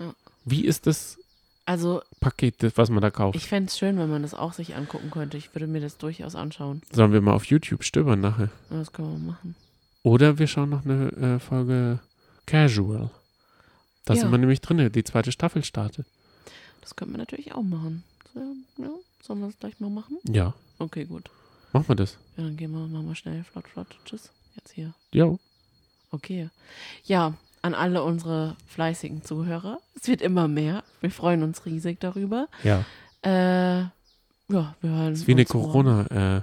Speaker 2: Ja.
Speaker 1: Wie ist das
Speaker 2: Also,
Speaker 1: Paket, das- was man da kauft?
Speaker 2: ich fände es schön, wenn man das auch sich angucken könnte. Ich würde mir das durchaus anschauen.
Speaker 1: Sollen wir mal auf YouTube stöbern nachher?
Speaker 2: Ja, Das können wir mal machen.
Speaker 1: Oder wir schauen noch eine äh, Folge Casual. Da
Speaker 2: Ja.
Speaker 1: sind wir nämlich drin, die zweite Staffel startet.
Speaker 2: Das könnte man natürlich auch machen. So, Ja, sollen wir das gleich mal machen?
Speaker 1: Ja,
Speaker 2: Okay, gut.
Speaker 1: machen wir das.
Speaker 2: Ja, dann gehen wir, machen wir schnell. Flott, flott. Tschüss. Jetzt hier.
Speaker 1: Jo.
Speaker 2: Okay. Ja, an alle unsere fleißigen Zuhörer. Es wird immer mehr. Wir freuen uns riesig darüber.
Speaker 1: Ja.
Speaker 2: Äh, ja, wir hören
Speaker 1: Das ist wie eine
Speaker 2: uns morgen.
Speaker 1: Corona, äh,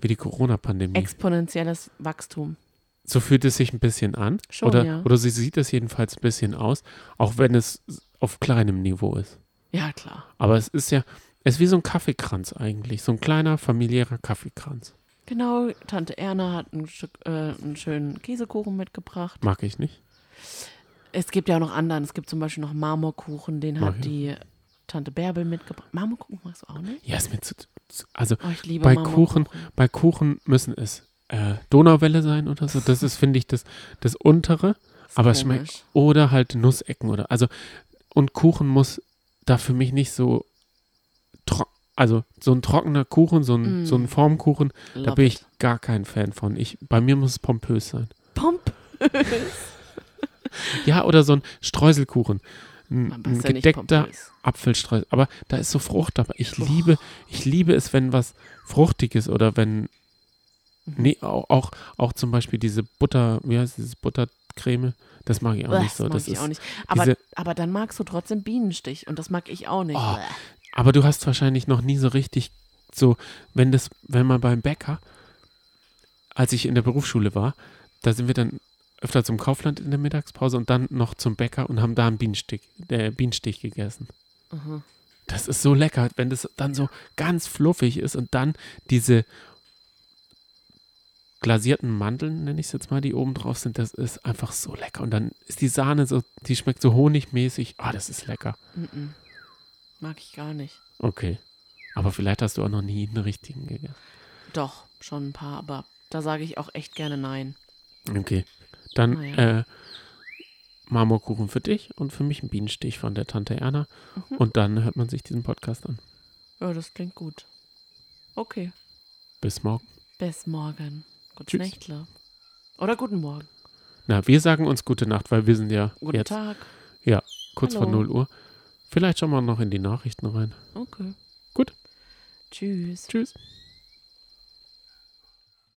Speaker 1: wie die Corona-Pandemie.
Speaker 2: Exponentielles Wachstum.
Speaker 1: So fühlt es sich ein bisschen an.
Speaker 2: Schon,
Speaker 1: oder,
Speaker 2: Oh, ja.
Speaker 1: oder sie sieht es jedenfalls ein bisschen aus, auch wenn es auf kleinem Niveau ist.
Speaker 2: Ja, klar.
Speaker 1: Aber es ist ja, es ist wie so ein Kaffeekranz eigentlich, so ein kleiner familiärer Kaffeekranz.
Speaker 2: Genau, Tante Erna hat ein Stück, äh, einen schönen Käsekuchen mitgebracht.
Speaker 1: Mag ich nicht.
Speaker 2: Es gibt ja auch noch anderen. Es gibt zum Beispiel noch Marmorkuchen, den
Speaker 1: Ach
Speaker 2: hat
Speaker 1: Oh, ja.
Speaker 2: die Tante Bärbel mitgebracht. Marmorkuchen magst du auch nicht?
Speaker 1: Ja, ist mir zu, zu also
Speaker 2: Oh, ich liebe
Speaker 1: bei
Speaker 2: Marmorkuchen.
Speaker 1: Kuchen, bei Kuchen müssen es äh, Donauwelle sein oder so. Das ist, finde ich, das, das untere.
Speaker 2: Ist
Speaker 1: Aber es
Speaker 2: komisch.
Speaker 1: schmeckt oder halt Nussecken oder also und Kuchen muss da für mich nicht so tro- also so ein trockener Kuchen, so ein,
Speaker 2: Mm.
Speaker 1: so ein Formkuchen, da
Speaker 2: Love
Speaker 1: bin
Speaker 2: it.
Speaker 1: ich gar kein Fan von. Ich, bei mir muss es pompös sein.
Speaker 2: Pomp.
Speaker 1: Ja, oder so ein Streuselkuchen. Ein,
Speaker 2: Man
Speaker 1: ein
Speaker 2: passt ja nicht
Speaker 1: gedeckter
Speaker 2: pompös.
Speaker 1: Apfelstreusel. Aber da ist so Frucht dabei. Ich liebe, ich liebe es, wenn was Fruchtiges oder wenn.
Speaker 2: Mhm.
Speaker 1: Nee, auch, auch, auch zum Beispiel diese Butter, wie heißt dieses Buttercreme? Das mag ich auch
Speaker 2: Bäh,
Speaker 1: nicht so.
Speaker 2: mag
Speaker 1: Das
Speaker 2: ich
Speaker 1: ist,
Speaker 2: auch nicht. Aber,
Speaker 1: diese-
Speaker 2: aber dann magst du trotzdem Bienenstich und das mag ich auch nicht.
Speaker 1: Oh.
Speaker 2: Bäh.
Speaker 1: Aber du hast wahrscheinlich noch nie so richtig so, wenn das, wenn man beim Bäcker, als ich in der Berufsschule war, da sind wir dann öfter zum Kaufland in der Mittagspause und dann noch zum Bäcker und haben da einen Bienenstich, äh, Bienenstich gegessen.
Speaker 2: Aha.
Speaker 1: Das ist so lecker, wenn das dann so ganz fluffig ist und dann diese glasierten Mandeln, nenne ich es jetzt mal, die oben drauf sind, das ist einfach so lecker. Und dann ist die Sahne so, die schmeckt so honigmäßig. Ah, das ist lecker.
Speaker 2: Mm-mm. Mhm. Mag ich gar nicht.
Speaker 1: Okay. Aber vielleicht hast du auch noch nie einen richtigen gegessen.
Speaker 2: Doch, schon ein paar, aber da sage ich auch echt gerne nein.
Speaker 1: Okay. Dann
Speaker 2: Naja.
Speaker 1: äh, Marmorkuchen für dich und für mich ein Bienenstich von der Tante Erna.
Speaker 2: Mhm.
Speaker 1: Und dann hört man sich diesen Podcast an.
Speaker 2: Ja, das klingt gut. Okay.
Speaker 1: Bis morgen.
Speaker 2: Bis morgen. Gute
Speaker 1: Tschüss.
Speaker 2: Nächtle. Oder guten Morgen.
Speaker 1: Na, wir sagen uns gute Nacht, weil wir sind ja
Speaker 2: Guten
Speaker 1: jetzt
Speaker 2: Tag.
Speaker 1: kurz vor
Speaker 2: Hallo.
Speaker 1: 0 Uhr. Vielleicht schauen wir noch in die Nachrichten rein.
Speaker 2: Okay.
Speaker 1: Gut.
Speaker 2: Tschüss.
Speaker 1: Tschüss.